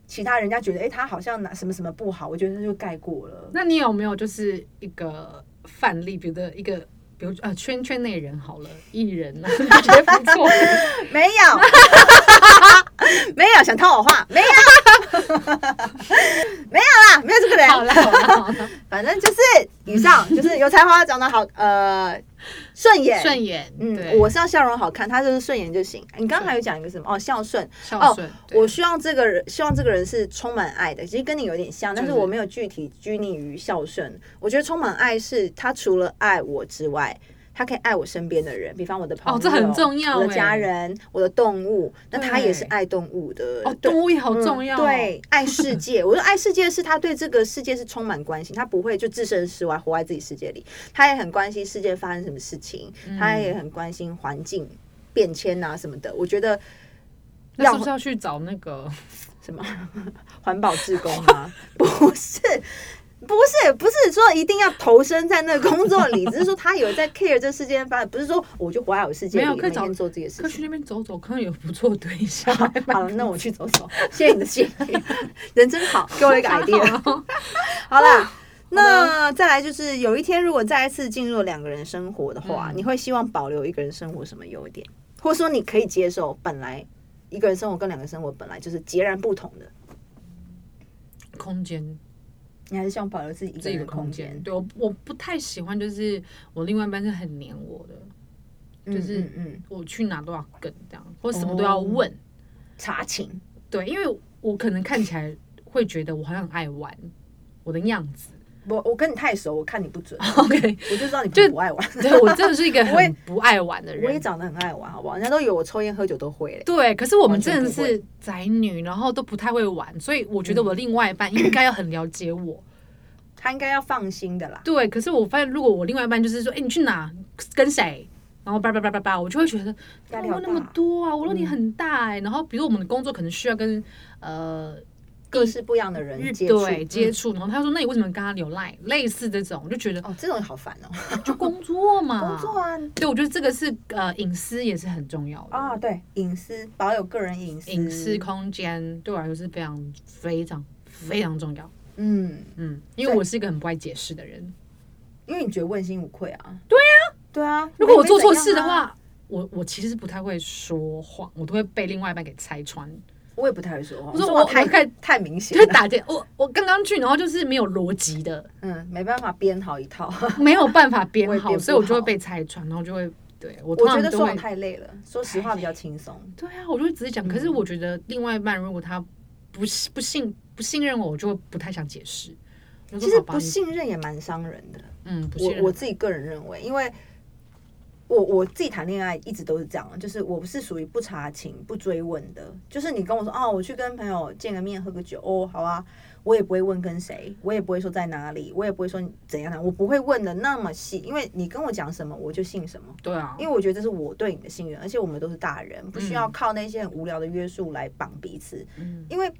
其他人家觉得，哎、他好像哪什么什么不好，我觉得他就盖过了。
那你有没有就是一个范例，比如的一个，比如呃圈圈内人好了，艺 人啊，你觉得不 错，
没 有，没有想套我话，没有， 没有啦，没有这个人。
好啦好啦好啦，
反正就是以 上，就是有才华，长得好，呃，顺眼，
顺眼，
嗯，
对，
我是要笑容好看，他就是顺眼就行。你刚刚还有讲一个什么？哦，孝顺。
孝顺，对
我希望这个人，希望这个人是充满爱的。其实跟你有点像，但是
就是
我没有具体拘泥于孝顺。我觉得充满爱是他除了爱我之外，他可以爱我身边的人，比方我的朋友，
哦这很重要
我的
欸
家人，我的动物，那他也是
对
爱动物的。
哦，
对
动物也好
嗯
重要，
对，，爱世界。我说爱世界是他对这个世界是充满关心，他不会就置身事外，活在自己世界里。他也很关心世界发生什么事情，
嗯
他也很关心环境变迁啊什么的。我觉得
那是不是要去找那个？
什么环保志工吗？ 不是，不是，不是说一定要投身在那个工作里，只是说他有在 care 这世界发展，不是说我就活在我世界里，
没有可以
每
找
天做自己的事
可以去
情。
那边走走，看看有不错的对象。
好了，那我去走走，谢谢你的建议，人真好，给我一个 idea。好 啦，那再来就是有一天如果再一次进入两个人生活的话，
嗯
你会希望保留一个人生活什么优点，或者说你可以接受本来一个人生活跟两个人生活本来就是截然不同的，
空间，
你还是希望保留自己一
自
个
己
人
的
的
空
空
间
间。。
对我，我不太喜欢，就是我另外一半是很黏我的，就是
嗯嗯嗯
我去哪都要跟这样，或什么都要问。
哦查情，
对，因为我可能看起来会觉得我好像很爱玩，我的样 子。
我我跟你太熟，我看你不 准，
OK，
我就知道你
就
不爱玩。
对我真的是一个
我也
很不爱玩的人。
我也长得很爱玩，好不好？人家都以为我抽烟喝酒都会嘞。
对，可是我们
完全
真的
不会
是宅女，然后都不太会玩，所以我觉得我另外一半应该要很了解我。
嗯他应该要放心的啦。
对，可是我发现，如果我另外一半就是说，哎、你去哪，跟谁，然后叭叭叭叭叭，我就会觉得
压
压
力
力
好
那么
大
多啊，我落你
嗯
很大哎、然后比如我们的工作可能需要跟呃
各式不一样的人
日
接触，
对
嗯
接触，然后他说，那你为什么跟他留赖？类似这种，我就觉得
哦，这种好烦哦。
就工作嘛，
工作。啊
对，我觉得这个是呃隐私也是很重要的
啊，，对，隐私保有个人隐私，
隐私空间对我来说是非常非常非常重要。
嗯，
嗯，因为
对
我是一个很不爱解释的人，
因为你觉得问心无愧啊。
对
呀，对啊。
如果我
没
做错
怎样
事的
啊，
话，我我其实不太会说谎，我都会被另外一半给拆穿，
我也不太会说话。
我说
我
我
太
我太
太明显
就会
了，
打电我我刚刚去，然后就是没有逻辑的，
嗯，没办法编好一套。
没有办法
我
编
也
好，
编不
所以我就会
好
被拆穿，然后就会对我
我
通
觉
常
得
都
说
会哎
谎太累了，说实话比较轻松。嗯
对啊，我就会直接讲。可是我觉得另外一半如果他不信不信不不信任我，我就不太想解释。我
其
就说
实
好吧
不，信任也蛮伤人的。
你嗯，不信任
我我自己个人认为，因为我我自己谈恋爱一直都是这样，就是我不是属于不查情、不追问的。就是你跟我说哦，我去跟朋友见个面、喝个酒，哦，好啊，我也不会问跟谁，我也不会说在哪里，我也不会说你怎样的，我不会问的那么细，因为你跟我讲什么，我就信什么。
对啊，
因为我觉得这是我对你的信任，而且我们都是大人，不需要靠那些很无聊的约束来绑彼此。
嗯
因为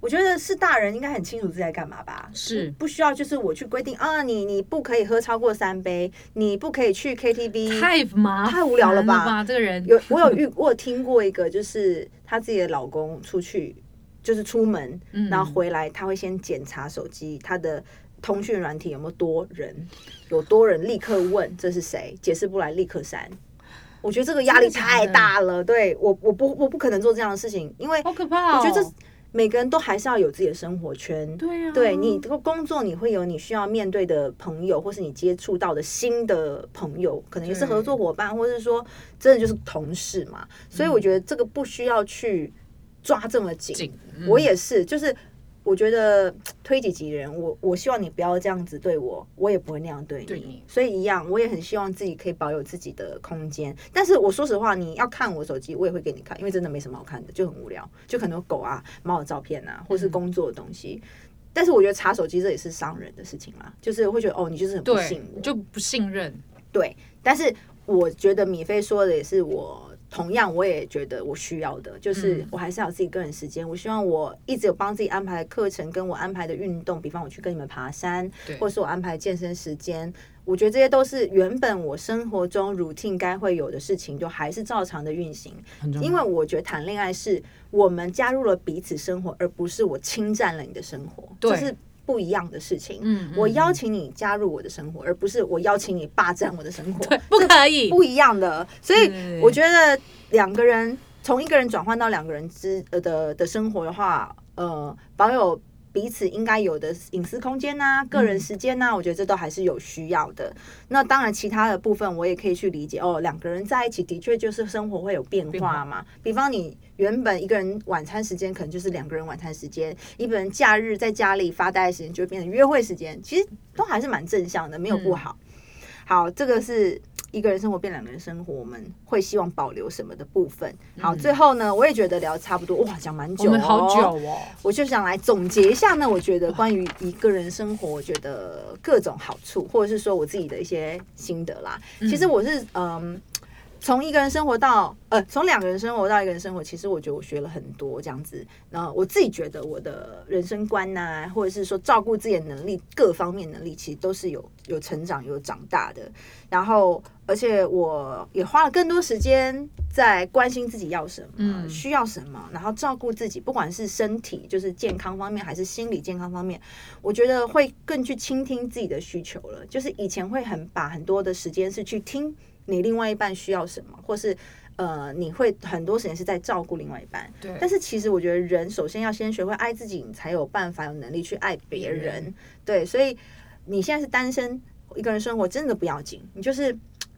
我觉得是大人应该很清楚自己在干嘛吧，
是
不需要就是我去规定啊，你你不可以喝超过三杯，你不可以去 KTV。
太麻
太无聊了
烦
吧
了吧？这个人
有我有遇我有听过一个，就是她自己的老公出去就是出门，
嗯
然后回来他会先检查手机，他的。通讯软体有没有多人？有多人立刻问这是谁，解释不来立刻删。我觉得这个压力
真的假
太
的
大了，对我我不我不可能做这样的事情，因为
好可怕、哦，
我觉得这每个人都还是要有自己的生活圈。
对啊，
对你这个工作，你会有你需要面对的朋友，或是你接触到的新的朋友，可能也是
对
合作伙伴，或是说真的就是同事嘛。所以我觉得这个不需要去抓这么紧。
紧嗯
我也是，就是我觉得推己及人，我我希望你不要这样子对我，我也不会那样对你。
对你
所以一样，我也很希望自己可以保有自己的空间。但是我说实话，你要看我手机，我也会给你看，因为真的没什么好看的，就很无聊，就很多狗啊、猫的照片啊，
嗯
或是工作的东西。但是我觉得查手机这也是伤人的事情啦，就是会觉得哦，你就是很不
对
信我，，
就不信任，
对，但是我觉得米菲说的也是我。同样，我也觉得我需要的，就是
嗯
我还是要有自己个人时间。我希望我一直有帮自己安排的课程，跟我安排的运动，比方我去跟你们爬山，
对，
或是我安排健身时间。我觉得这些都是原本我生活中 routine 该会有的事情，就还是照常的运行。
很重要
因为我觉得谈恋爱是我们加入了彼此生活，而不是我侵占了你的生活，
对
这是不一样的事情。
嗯嗯
我邀请你加入我的生活，而不是我邀请你霸占我的生活，
不可以，
不一样的。所以
对
我觉得两个人从一个人转换到两个人之呃的的生活的话，呃，保有。彼此应该有的隐私空间呐、个人时间呐、啊我觉得这都还是有需要的。那当然，其他的部分我也可以去理解哦。两个人在一起的确就是生活会有变
变
化
化
嘛。比方你原本一个人晚餐时间可能就是两个人晚餐时间，一个人假日在家里发呆的时间就会变成约会时间，其实都还是蛮正向的，没有不
嗯
好。好，这个是一个人生活变两个人生活，我们会希望保留什么的部分。好，
嗯
最后呢，我也觉得聊差不多，哇，讲蛮久、
我
哦，
们好久哦，
我就想来总结一下呢，我觉得关于一个人生活，我觉得各种好处，或者是说我自己的一些心得啦。
嗯
其实我是嗯，从一个人生活到呃，从两个人生活到一个人生活，其实我觉得我学了很多这样子。那我自己觉得我的人生观呐、或者是说照顾自己的能力，各方面能力，其实都是有有成长、有长大的。然后，而且我也花了更多时间在关心自己要什么、
嗯
需要什么，然后照顾自己，不管是身体就是健康方面，还是心理健康方面，我觉得会更去倾听自己的需求了。就是以前会很把很多的时间是去听你另外一半需要什么，或是呃，你会很多时间是在照顾另外一半。
对，
但是其实我觉得人首先要先学会爱自己，你才有办法有能力去爱别
别
人
人。
对，所以你现在是单身一个人生活，真的不要紧，你就是。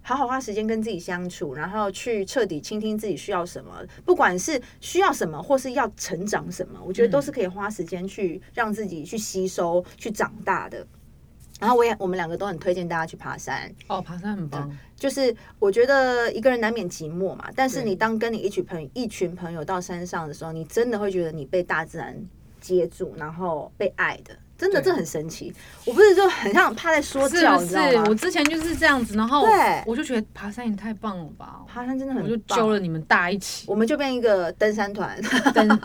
好好花时间跟自己相处，然后去彻底倾听自己需要什么，不管是需要什么，或是要成长什么，我觉得都是可以花时间去让自己去吸收、去长大的。然后我也我们两个都很推荐大家去爬山，
哦，爬山很棒，
就是我觉得一个人难免寂寞嘛，但是
对
你当跟你一群朋友一群朋友到山上的时候，你真的会觉得你被大自然接住，然后被爱的，真的
对
这很神奇。我不是就很像怕在说
是
教，
不
你知
是
道？
我
吗？
之前就是这样子，然后
对
我就觉得爬山也太棒了吧，
爬山真的
我就
很
揪了
棒，
你们大家一起
我，们就变一个登山 团，
真的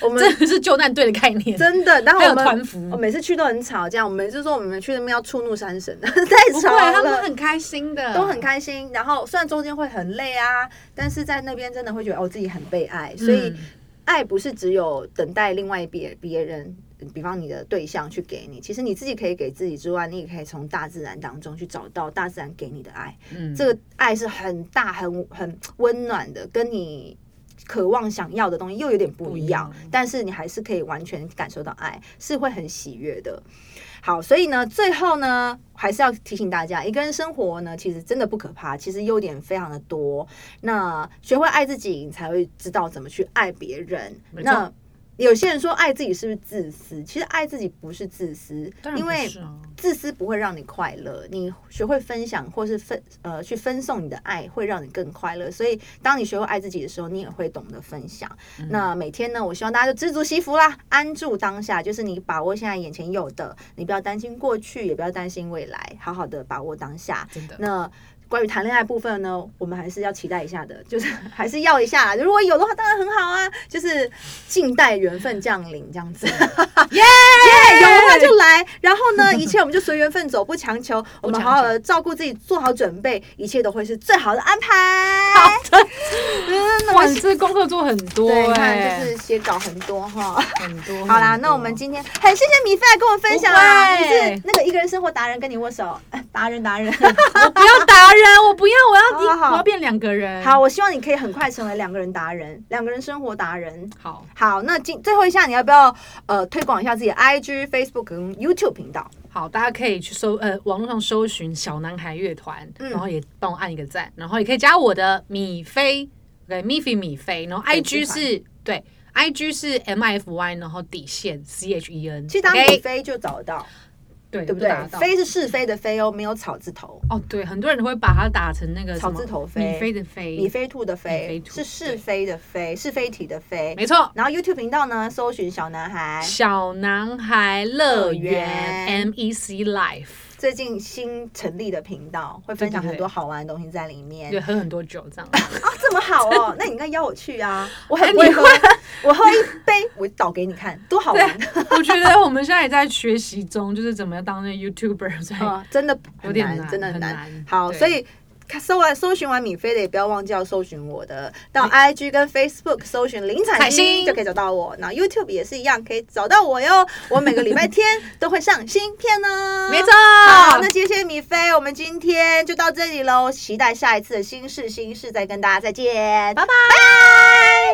我们
这是救难队的概念，
真的，然后
还
我
有团
们。哦
服，
我每次去都很吵，这样我们就说我们去那边要触怒山神， 太
不会，
吵了。
他们很开心的，
都很开心。然后虽然中间会很累啊，但是在那边真的会觉得哦自己很被爱，所以
嗯
爱不是只有等待另外别别人。比方你的对象去给你，其实你自己可以给自己之外，你也可以从大自然当中去找到大自然给你的爱。
嗯，
这个爱是很大、很很温暖的，跟你渴望想要的东西又有点不一样
不一样，
但是你还是可以完全感受到爱，是会很喜悦的。好，所以呢，最后呢，还是要提醒大家，一个人生活呢，其实真的不可怕，其实优点非常的多。那学会爱自己，你才会知道怎么去爱别人。
没错
那有些人说爱自己是不是自私？其实爱自己不是自私，
当然
因
不
为
是啊
自私不会让你快乐，你学会分享或是分呃去分送你的爱，会让你更快乐。所以当你学会爱自己的时候，你也会懂得分享。那每天呢，我希望大家就知足惜福啦，安住当下，就是你把握现在眼前有的，你不要担心过去，也不要担心未来，好好的把握当下。
真的。
那关于谈恋爱部分呢，我们还是要期待一下的，就是还是要一下啦。如 果有的话，当然很好啊，就是静待缘分降临这样子。耶， 有的话就来。然后呢，一切我们就随缘分走，不强求。我们
强求
好好的照顾自己，做好准备，一切都会是最好的安排。好的，嗯，那
哇，
我
你这功课做很多
对，你看
哎、
就是写稿很多哈。
很多。
好啦，
很多
那我们今天很谢谢米菲来跟我分享啊，
哦不
你
会
是那个一个人生活达人，跟你握手， 达人达人。
我不要达人，我不要，我要一，
好好好
我要变两个人。
好，，我希望你可以很快成为两个人达人，两个人生活达人。
好，
好，那今最后一下，你要不要呃推广一下自己的 IG、Facebook 跟 YouTube 频道？
好，大家可以去搜呃网络上搜寻小男孩乐团，
嗯
然后也帮我按一个赞，然后也可以加我的米菲，OK，米菲米菲，然后
粉
IG
丝团
是对。I G 是 M I F Y，然后底线 C H E N，
其实打米菲就找得到，
对
对不
就
对
打得？到
菲是是非的非哦，没有草字头，
哦，对，很多人会把它打成那个
草
什么
字头
米菲
菲
的菲，
米菲兔的
米菲
菲
兔
是是非的非，是非题的非。
没错。
然后 YouTube 频道呢，搜寻小男孩。
小男孩乐园
哎乐园
M E C Life，
最近新成立的频道会分享
对对对
很多好玩的东西在里面
对，，喝很多酒这样。
这么好哦，那你应该邀我去 啊！我很
哎
不会
你
喝，我喝一杯，我倒给你看，多好玩！
我觉得我们现在也在学习中，就是怎么样当那 YouTuber，所以
啊，真的很
有点难
真的
很
难。
难
好，
对
所以。看搜完搜寻完米菲的，也不要忘记要搜寻我的，到 IG 跟 Facebook 搜寻林采
采哎欣
欣就可以找到我。那 YouTube 也是一样，可以找到我哟。我每个礼拜 天都会上新片呢。
没错
好，那谢谢米菲，我们今天就到这里喽，期待下一次的新事新事再跟大家再见，
拜拜
拜。